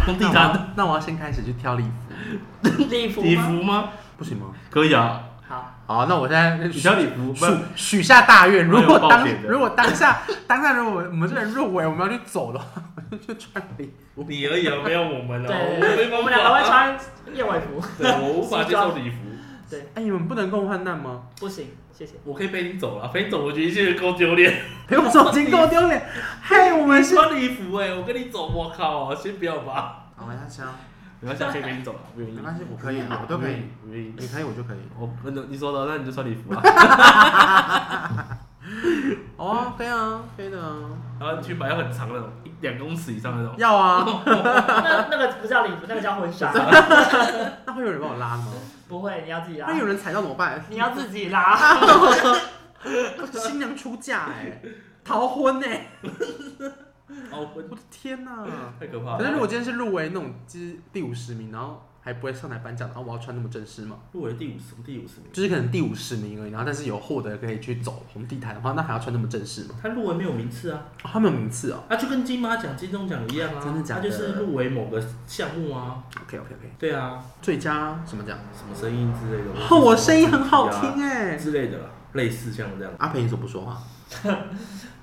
Speaker 2: 工地
Speaker 1: 那我
Speaker 2: 摊
Speaker 1: 要那我要先开始去挑礼服，
Speaker 3: 礼服
Speaker 2: 礼
Speaker 3: 吗？
Speaker 2: 服吗？
Speaker 1: 不行吗？
Speaker 2: 可以啊，
Speaker 3: 好，
Speaker 1: 好，那我现在
Speaker 2: 你挑礼服，不
Speaker 1: 许
Speaker 2: 然
Speaker 1: 许下大愿，如果
Speaker 2: 蛮有
Speaker 1: 当
Speaker 2: 爆点的
Speaker 1: 如果当下当下如果我们这人入围，我们要去走的话，我 [laughs] 就去穿礼服。
Speaker 2: 你而已啊，没有我们啊，我没办
Speaker 3: 对
Speaker 2: 法
Speaker 3: 我们两个会，穿燕尾服， [laughs]
Speaker 2: 对我无法接受礼服。
Speaker 3: 对，
Speaker 1: 哎，你们不能共患难吗？
Speaker 3: 不行，谢谢。
Speaker 2: 我可以背你走了，背你走，我觉得这个够丢脸。
Speaker 1: 陪我走经够丢脸，嘿，我们是。
Speaker 2: 穿礼服哎、我跟你走，我靠，先不要吧。
Speaker 1: 好，我下吃啊，
Speaker 2: 没关系，我可以背你走了，不愿意
Speaker 1: 没。关系，我可以，啊我都可以，，
Speaker 2: 不愿意。
Speaker 1: 嗯你可以我就可以。
Speaker 2: 我不能，你说的，那你就穿礼
Speaker 1: [laughs]
Speaker 2: 服啊，
Speaker 1: 哦，可以啊，可以的啊，
Speaker 2: 然后去买很长的，两公尺以上的那种。
Speaker 1: [laughs] 要啊。
Speaker 3: 那那个不叫礼服，那个叫婚
Speaker 2: [laughs]
Speaker 3: 纱。
Speaker 1: [laughs] 那会有人帮我 [laughs] 拉吗？
Speaker 3: 不会，你要自己拉
Speaker 1: 那，有人踩到怎么办？
Speaker 3: 你要自己拉。
Speaker 1: 新娘出嫁 [laughs] 哎，逃婚哎，
Speaker 2: 哦，
Speaker 1: 我的天哪！
Speaker 2: 太可怕了。
Speaker 1: 可是如果今天是入围那种就是第五十名，然后还不会上台颁奖，然后我要穿那么正式吗？
Speaker 2: 入围第五十，第五十名，
Speaker 1: 就是可能第五十名而已，然后但是有获得可以去走红地毯的话，那还要穿那么正式吗？
Speaker 2: 他入围没有名次啊，
Speaker 1: 哦、他们有名次哦。
Speaker 2: 啊，就跟金马奖、金钟奖一样啊，
Speaker 1: 真的假的
Speaker 2: 他就是入围某个项目啊，
Speaker 1: OK OK OK，
Speaker 2: 对啊，
Speaker 1: 最佳什么奖？
Speaker 2: 什么声音之类的。
Speaker 1: 哦， [laughs] 我声音很好听哎。
Speaker 2: 之类的啦，类似像这样。
Speaker 1: 阿培，你怎么不说话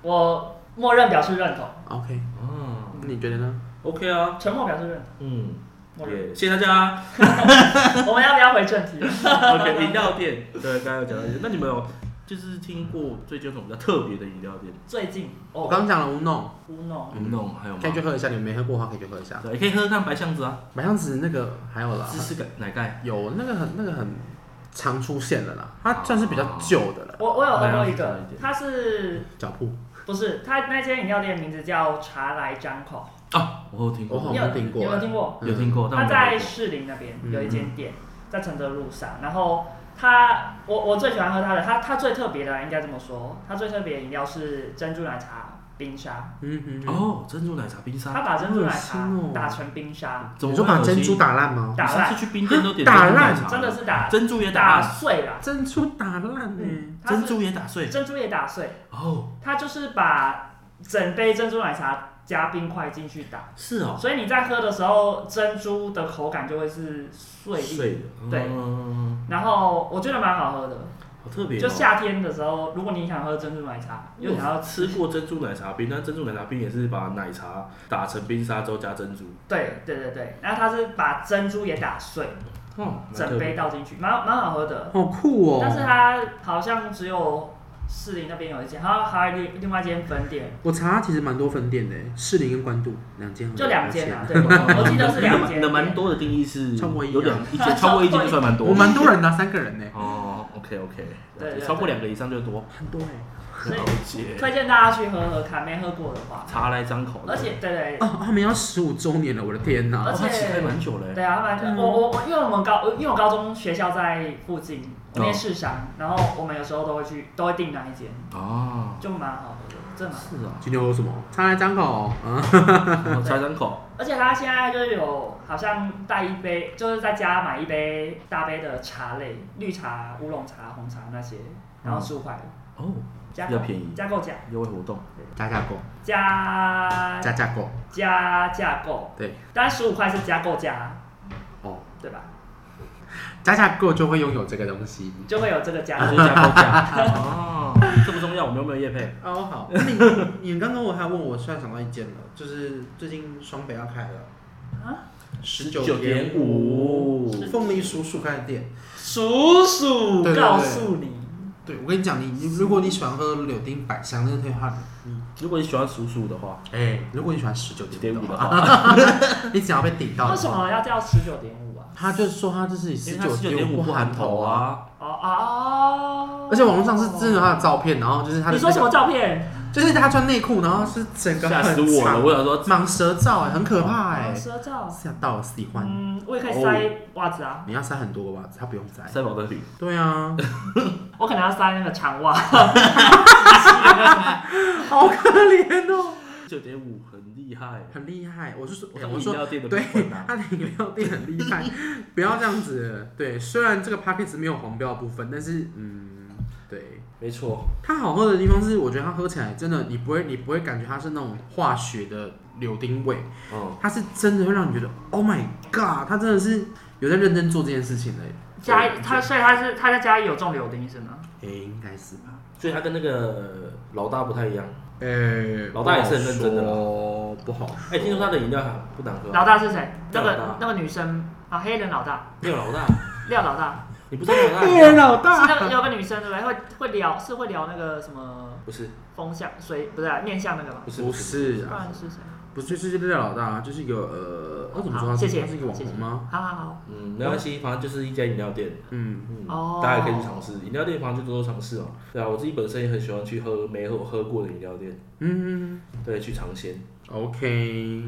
Speaker 3: 我默认表示认同，
Speaker 1: ？OK，
Speaker 2: 哦
Speaker 1: 你觉得呢？
Speaker 2: ，OK 啊，
Speaker 3: 沉默表示认同。
Speaker 2: 嗯，
Speaker 3: 默认。
Speaker 2: 也谢谢大家。
Speaker 3: 我们要不要回正题？
Speaker 2: OK，饮料店，对，刚刚有讲到一些。那你们有就是听过最近有什么比较特别的饮料店？
Speaker 3: 最近
Speaker 1: 我
Speaker 3: 哦，
Speaker 1: 刚讲了乌弄，
Speaker 3: 乌弄
Speaker 2: 嗯，那种还有吗
Speaker 1: 可以去喝一下，你们没喝过的话可以去喝一下。
Speaker 2: 对，可以喝喝看白巷子啊，
Speaker 1: 白香子那个还有啦，
Speaker 2: 芝士奶奶盖。
Speaker 1: 有那个很那个很常出现的啦，它算是比较旧的了。
Speaker 3: 我我有喝过一
Speaker 2: 来啊
Speaker 3: 个
Speaker 2: 来一点，
Speaker 3: 它是
Speaker 1: 脚步，
Speaker 3: 不是它那间饮料店名字叫茶来张口，
Speaker 2: 哦，我有听
Speaker 1: 我
Speaker 2: 过，
Speaker 1: 好
Speaker 3: 你
Speaker 1: 像没听
Speaker 3: 有
Speaker 1: 过
Speaker 3: 有没
Speaker 1: 欸。
Speaker 3: 有听过？
Speaker 1: 嗯
Speaker 2: 有听过，但
Speaker 3: 它
Speaker 2: 哦我没
Speaker 3: 在
Speaker 2: 有喝过
Speaker 3: 士林那边
Speaker 1: 嗯
Speaker 3: 有一间店，在承德路上。然后它，我我最喜欢喝它的，它它最特别的应该这么说，它最特别的饮料是珍珠奶茶冰沙，
Speaker 1: 嗯嗯。哦，
Speaker 2: 哦，珍珠奶茶冰
Speaker 3: 它
Speaker 2: 沙，
Speaker 3: 把珍珠奶茶
Speaker 1: 好恶心哦
Speaker 3: 打成冰沙，
Speaker 2: 怎
Speaker 1: 你
Speaker 2: 么
Speaker 1: 说
Speaker 2: 会
Speaker 1: 把
Speaker 2: 恶心
Speaker 1: 珍珠？打烂吗？
Speaker 3: 打
Speaker 2: 你上
Speaker 3: 烂，
Speaker 2: 次去冰店都点珍
Speaker 1: 打
Speaker 2: 珠奶茶，
Speaker 1: 烂
Speaker 3: 真的是打
Speaker 2: 珍珠也打
Speaker 3: 打
Speaker 2: 烂，
Speaker 3: 碎了，
Speaker 1: 珍珠打烂呢？
Speaker 3: 它是
Speaker 2: 珍珠也打碎，
Speaker 3: 珍珠也打碎，
Speaker 2: 哦，
Speaker 3: 它就是把整杯珍珠奶茶加冰块进去打，
Speaker 2: 是哦，
Speaker 3: 所以你在喝的时候，珍珠的口感就会是碎粒。
Speaker 2: 碎的，
Speaker 3: 对
Speaker 2: 嗯，
Speaker 3: 然后我觉得蛮好喝的，
Speaker 2: 好特别哦，
Speaker 3: 就啊夏天的时候，如果你想喝珍珠奶茶，
Speaker 2: 嗯
Speaker 3: 又想要
Speaker 2: 吃过珍珠奶茶冰，但珍珠奶茶冰也是把奶茶打成冰沙之后加珍珠，
Speaker 3: 对对对对，然后它是把珍珠也打碎，
Speaker 2: 哦，蛮
Speaker 3: 整
Speaker 2: 特别
Speaker 3: 杯倒进去，蛮蛮好喝的。
Speaker 1: 好酷
Speaker 3: 但是
Speaker 1: 哦！
Speaker 3: 它好像只有士林那边有一间，还有还有另另外一间分店，
Speaker 1: 我查其实蛮多分店的欸，士林跟关渡两间而已，
Speaker 3: 就两间
Speaker 1: 而 [laughs]
Speaker 3: 啊，对，我记得是两
Speaker 2: 你
Speaker 3: 间
Speaker 2: 的。蛮多的定义是
Speaker 1: 超过一啊
Speaker 2: 有两一间，超过一间就算蛮
Speaker 1: 且。
Speaker 2: 多。
Speaker 1: 我蛮多人的，三个人呢，
Speaker 2: 哦，OK OK，
Speaker 3: 对对对
Speaker 2: 超过两个以上就多。
Speaker 1: 很多哎。
Speaker 3: 对
Speaker 2: 了解，
Speaker 3: 推荐大家去喝喝看，没喝过的话，
Speaker 2: 茶来张口的，
Speaker 3: 而且对对
Speaker 1: 哦，他们要十五周年了，我的天
Speaker 2: 哦
Speaker 1: 哪！
Speaker 3: 而且
Speaker 2: 它起开蛮久嘞。
Speaker 3: 对啊，他们我我我，因为我们高，因为我高中学校在附近，我念市商，然后我们有时候都会去，都会订那一间，
Speaker 2: 哦，
Speaker 3: 就蛮好喝的，真的蛮好喝的。
Speaker 1: [laughs]
Speaker 2: 是啊，
Speaker 1: 今天有什么？插来张口，嗯，
Speaker 2: 哦茶来张口，
Speaker 3: 而且他现在就是有好像带一杯，就是在家买一杯大杯的茶类，绿茶、乌龙茶、红茶那些，然后十五块，
Speaker 2: 哦，
Speaker 3: 加
Speaker 2: 比
Speaker 3: 购
Speaker 2: 较便宜
Speaker 3: 加购价，
Speaker 2: 优惠活
Speaker 1: [laughs]
Speaker 2: 动，
Speaker 1: 加价购，
Speaker 3: 加
Speaker 1: 加价购，
Speaker 3: 加价购，
Speaker 1: 对，
Speaker 3: 当然十五块是加购价，
Speaker 1: 哦，
Speaker 3: 对吧？
Speaker 1: 加价购就会拥有这个东西。
Speaker 3: 就会有这个加
Speaker 2: 那
Speaker 1: 啊
Speaker 2: 就。
Speaker 3: 购
Speaker 2: 加高价。哦，这不重要，我们有没有业配？
Speaker 1: 哦，
Speaker 2: [laughs]
Speaker 1: 好，你你刚刚我还问我，突然想到一件了，就是最近双北要开了，
Speaker 3: 啊，
Speaker 1: 十
Speaker 2: 九点五，
Speaker 1: 凤梨叔叔开的店。
Speaker 3: 叔叔
Speaker 1: 对对对
Speaker 3: 告诉你，
Speaker 1: 对，我跟你讲，你你如果你喜欢喝柳丁百香那个的
Speaker 2: 哎
Speaker 1: 话，你
Speaker 2: 如果你喜欢数数的话，
Speaker 1: 哎、如果你喜欢十九
Speaker 2: 九
Speaker 1: 点
Speaker 2: 点
Speaker 1: 五
Speaker 2: 五啊
Speaker 1: 的 [laughs]
Speaker 2: 的
Speaker 1: 话，
Speaker 2: 话，哎
Speaker 1: 你只要被顶到
Speaker 3: 为，什么要叫十九点五啊？
Speaker 1: 他就说他自己
Speaker 2: 因
Speaker 1: 十
Speaker 2: 为它
Speaker 1: 九
Speaker 2: 十九点
Speaker 1: 五
Speaker 2: 五不含
Speaker 1: 含
Speaker 2: 头
Speaker 1: 头。
Speaker 2: 啊，
Speaker 3: 哦哦，
Speaker 1: 而且网络上是真的有他的照片，然后就是他的、
Speaker 3: 你
Speaker 1: 那
Speaker 3: 说什么
Speaker 1: 个，
Speaker 3: 照片？
Speaker 1: 就是他穿内裤，然后是整个
Speaker 2: 吓死
Speaker 1: 很
Speaker 2: 我了！
Speaker 1: 长，
Speaker 2: 我想说，
Speaker 1: 蟒蛇照、哎，很可怕哎、
Speaker 3: 蛇哦照。
Speaker 1: 吓到我喜欢。
Speaker 3: 嗯，我也可以
Speaker 1: 哦
Speaker 3: 塞袜子啊，
Speaker 1: 你要塞很多个袜子，他不用塞。
Speaker 2: 三宝的里，
Speaker 1: 对 [laughs] 啊，
Speaker 3: 我可能要塞那个
Speaker 2: [laughs]
Speaker 3: 长袜。
Speaker 1: 好可怜哦，
Speaker 2: 九点五很厉害。
Speaker 1: 很厉害。我就说，
Speaker 2: 我
Speaker 1: 我
Speaker 2: 饮
Speaker 1: 说
Speaker 2: 料店的部
Speaker 1: 对
Speaker 2: 分，
Speaker 1: [laughs]
Speaker 2: 啊，
Speaker 1: 他的饮料店很厉害， [laughs] 不要这样子。对，虽然这个 p a c k a g e 没有黄标的部分，但是嗯，对，
Speaker 2: 没错，
Speaker 1: 它好喝的地方是，我觉得它喝起来真的，你不会，你不会感觉它是那种化学的柳丁味，
Speaker 2: 嗯，
Speaker 1: 它是真的会让你觉得 Oh my God，它真的是有在认真做这件事情的。
Speaker 3: 嘉义，他所以他是他在嘉义有种柳丁是吗？
Speaker 1: 诶、应该是吧？
Speaker 2: 所以它跟那个老大不太一样。
Speaker 1: 呃、
Speaker 2: 老大也是很认真的啦
Speaker 1: 哦，不好说。
Speaker 2: 哎，听说他的饮料还不难喝啊，
Speaker 3: 老大是谁？那
Speaker 2: 廖老
Speaker 3: 个
Speaker 2: 大
Speaker 3: 那个女生啊，黑人老大，
Speaker 2: 廖老大，
Speaker 3: 廖老大
Speaker 2: 你不知道廖
Speaker 1: 黑人
Speaker 2: 老大？
Speaker 1: 老
Speaker 3: 是那个
Speaker 1: 大，
Speaker 3: 有个女生对不对？会会聊是会聊那个什么
Speaker 2: 不是，
Speaker 3: 风向水不是啊面向那个吗？
Speaker 2: 不是，
Speaker 1: 不是
Speaker 3: 不
Speaker 1: 啊，
Speaker 3: 然是谁？
Speaker 1: 不是就是廖老大，就是一个呃，我、怎么说
Speaker 3: 好
Speaker 1: 他
Speaker 3: 谢
Speaker 1: 是？
Speaker 3: 谢
Speaker 1: 他是一个网
Speaker 3: 谢谢
Speaker 1: 红吗？
Speaker 3: 好好好，
Speaker 2: 嗯，没关系，反正就是一家饮料店，
Speaker 1: 嗯，
Speaker 2: 嗯，
Speaker 3: 哦
Speaker 2: 大家也可以去尝试饮料店，反正就多多尝试哦。对啊，我自己本身也很喜欢去喝没有喝过的饮料店，
Speaker 1: 嗯
Speaker 2: 对，去尝鲜。
Speaker 1: ，OK，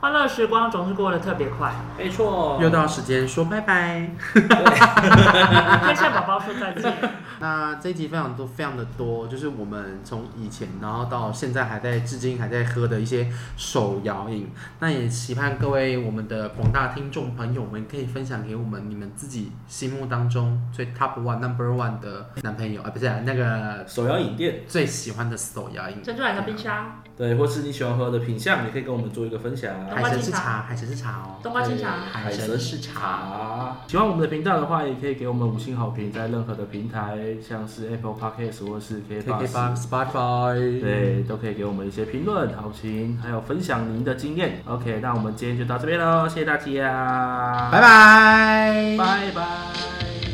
Speaker 3: 欢乐时光总是过得特别快，
Speaker 2: 没错，
Speaker 1: 又到时间说拜拜。
Speaker 3: 跟向宝宝说再见。
Speaker 2: [laughs]
Speaker 1: 那这一集非常多，非常的多，就是我们从以前，然后到现在还在，至今还在喝的一些手摇饮。那也期盼各位我们的广大听众朋友们，可以分享给我们你们自己心目当中最 top one number one 的男朋友啊，不是、那个
Speaker 2: 手摇饮店，
Speaker 1: 最喜欢的手摇饮。嗯
Speaker 3: 珍珠奶茶冰沙，
Speaker 2: 对，或是你喜欢喝的品相，也可以跟我们做一个分享。啊
Speaker 1: 海神是茶，海神是茶哦。
Speaker 3: 冬瓜清茶。
Speaker 1: 海神是茶。
Speaker 2: 茶。喜欢我们的频道的话，也可以给我们五星好评，在任何的平台，像是 Apple Podcast 或是 k
Speaker 1: KK
Speaker 2: b o
Speaker 1: Box、Spotify，
Speaker 2: 对，都可以给我们一些评论、好评，还有分享您的经验。OK，那我们今天就到这边喽，谢谢大家，
Speaker 1: 拜，拜。
Speaker 2: 拜拜，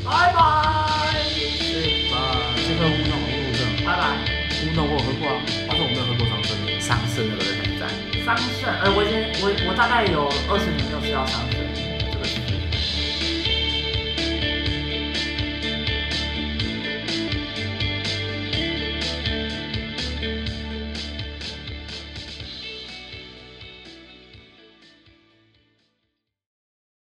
Speaker 3: 拜拜，
Speaker 1: 这个乌龙，乌龙，
Speaker 3: 拜拜，
Speaker 2: 乌龙我有喝过啊，但是我没有喝过长生的。
Speaker 1: 上次那个人很赞。
Speaker 3: 桑葚，哎、我已经我我大概有二十年没有吃到桑葚。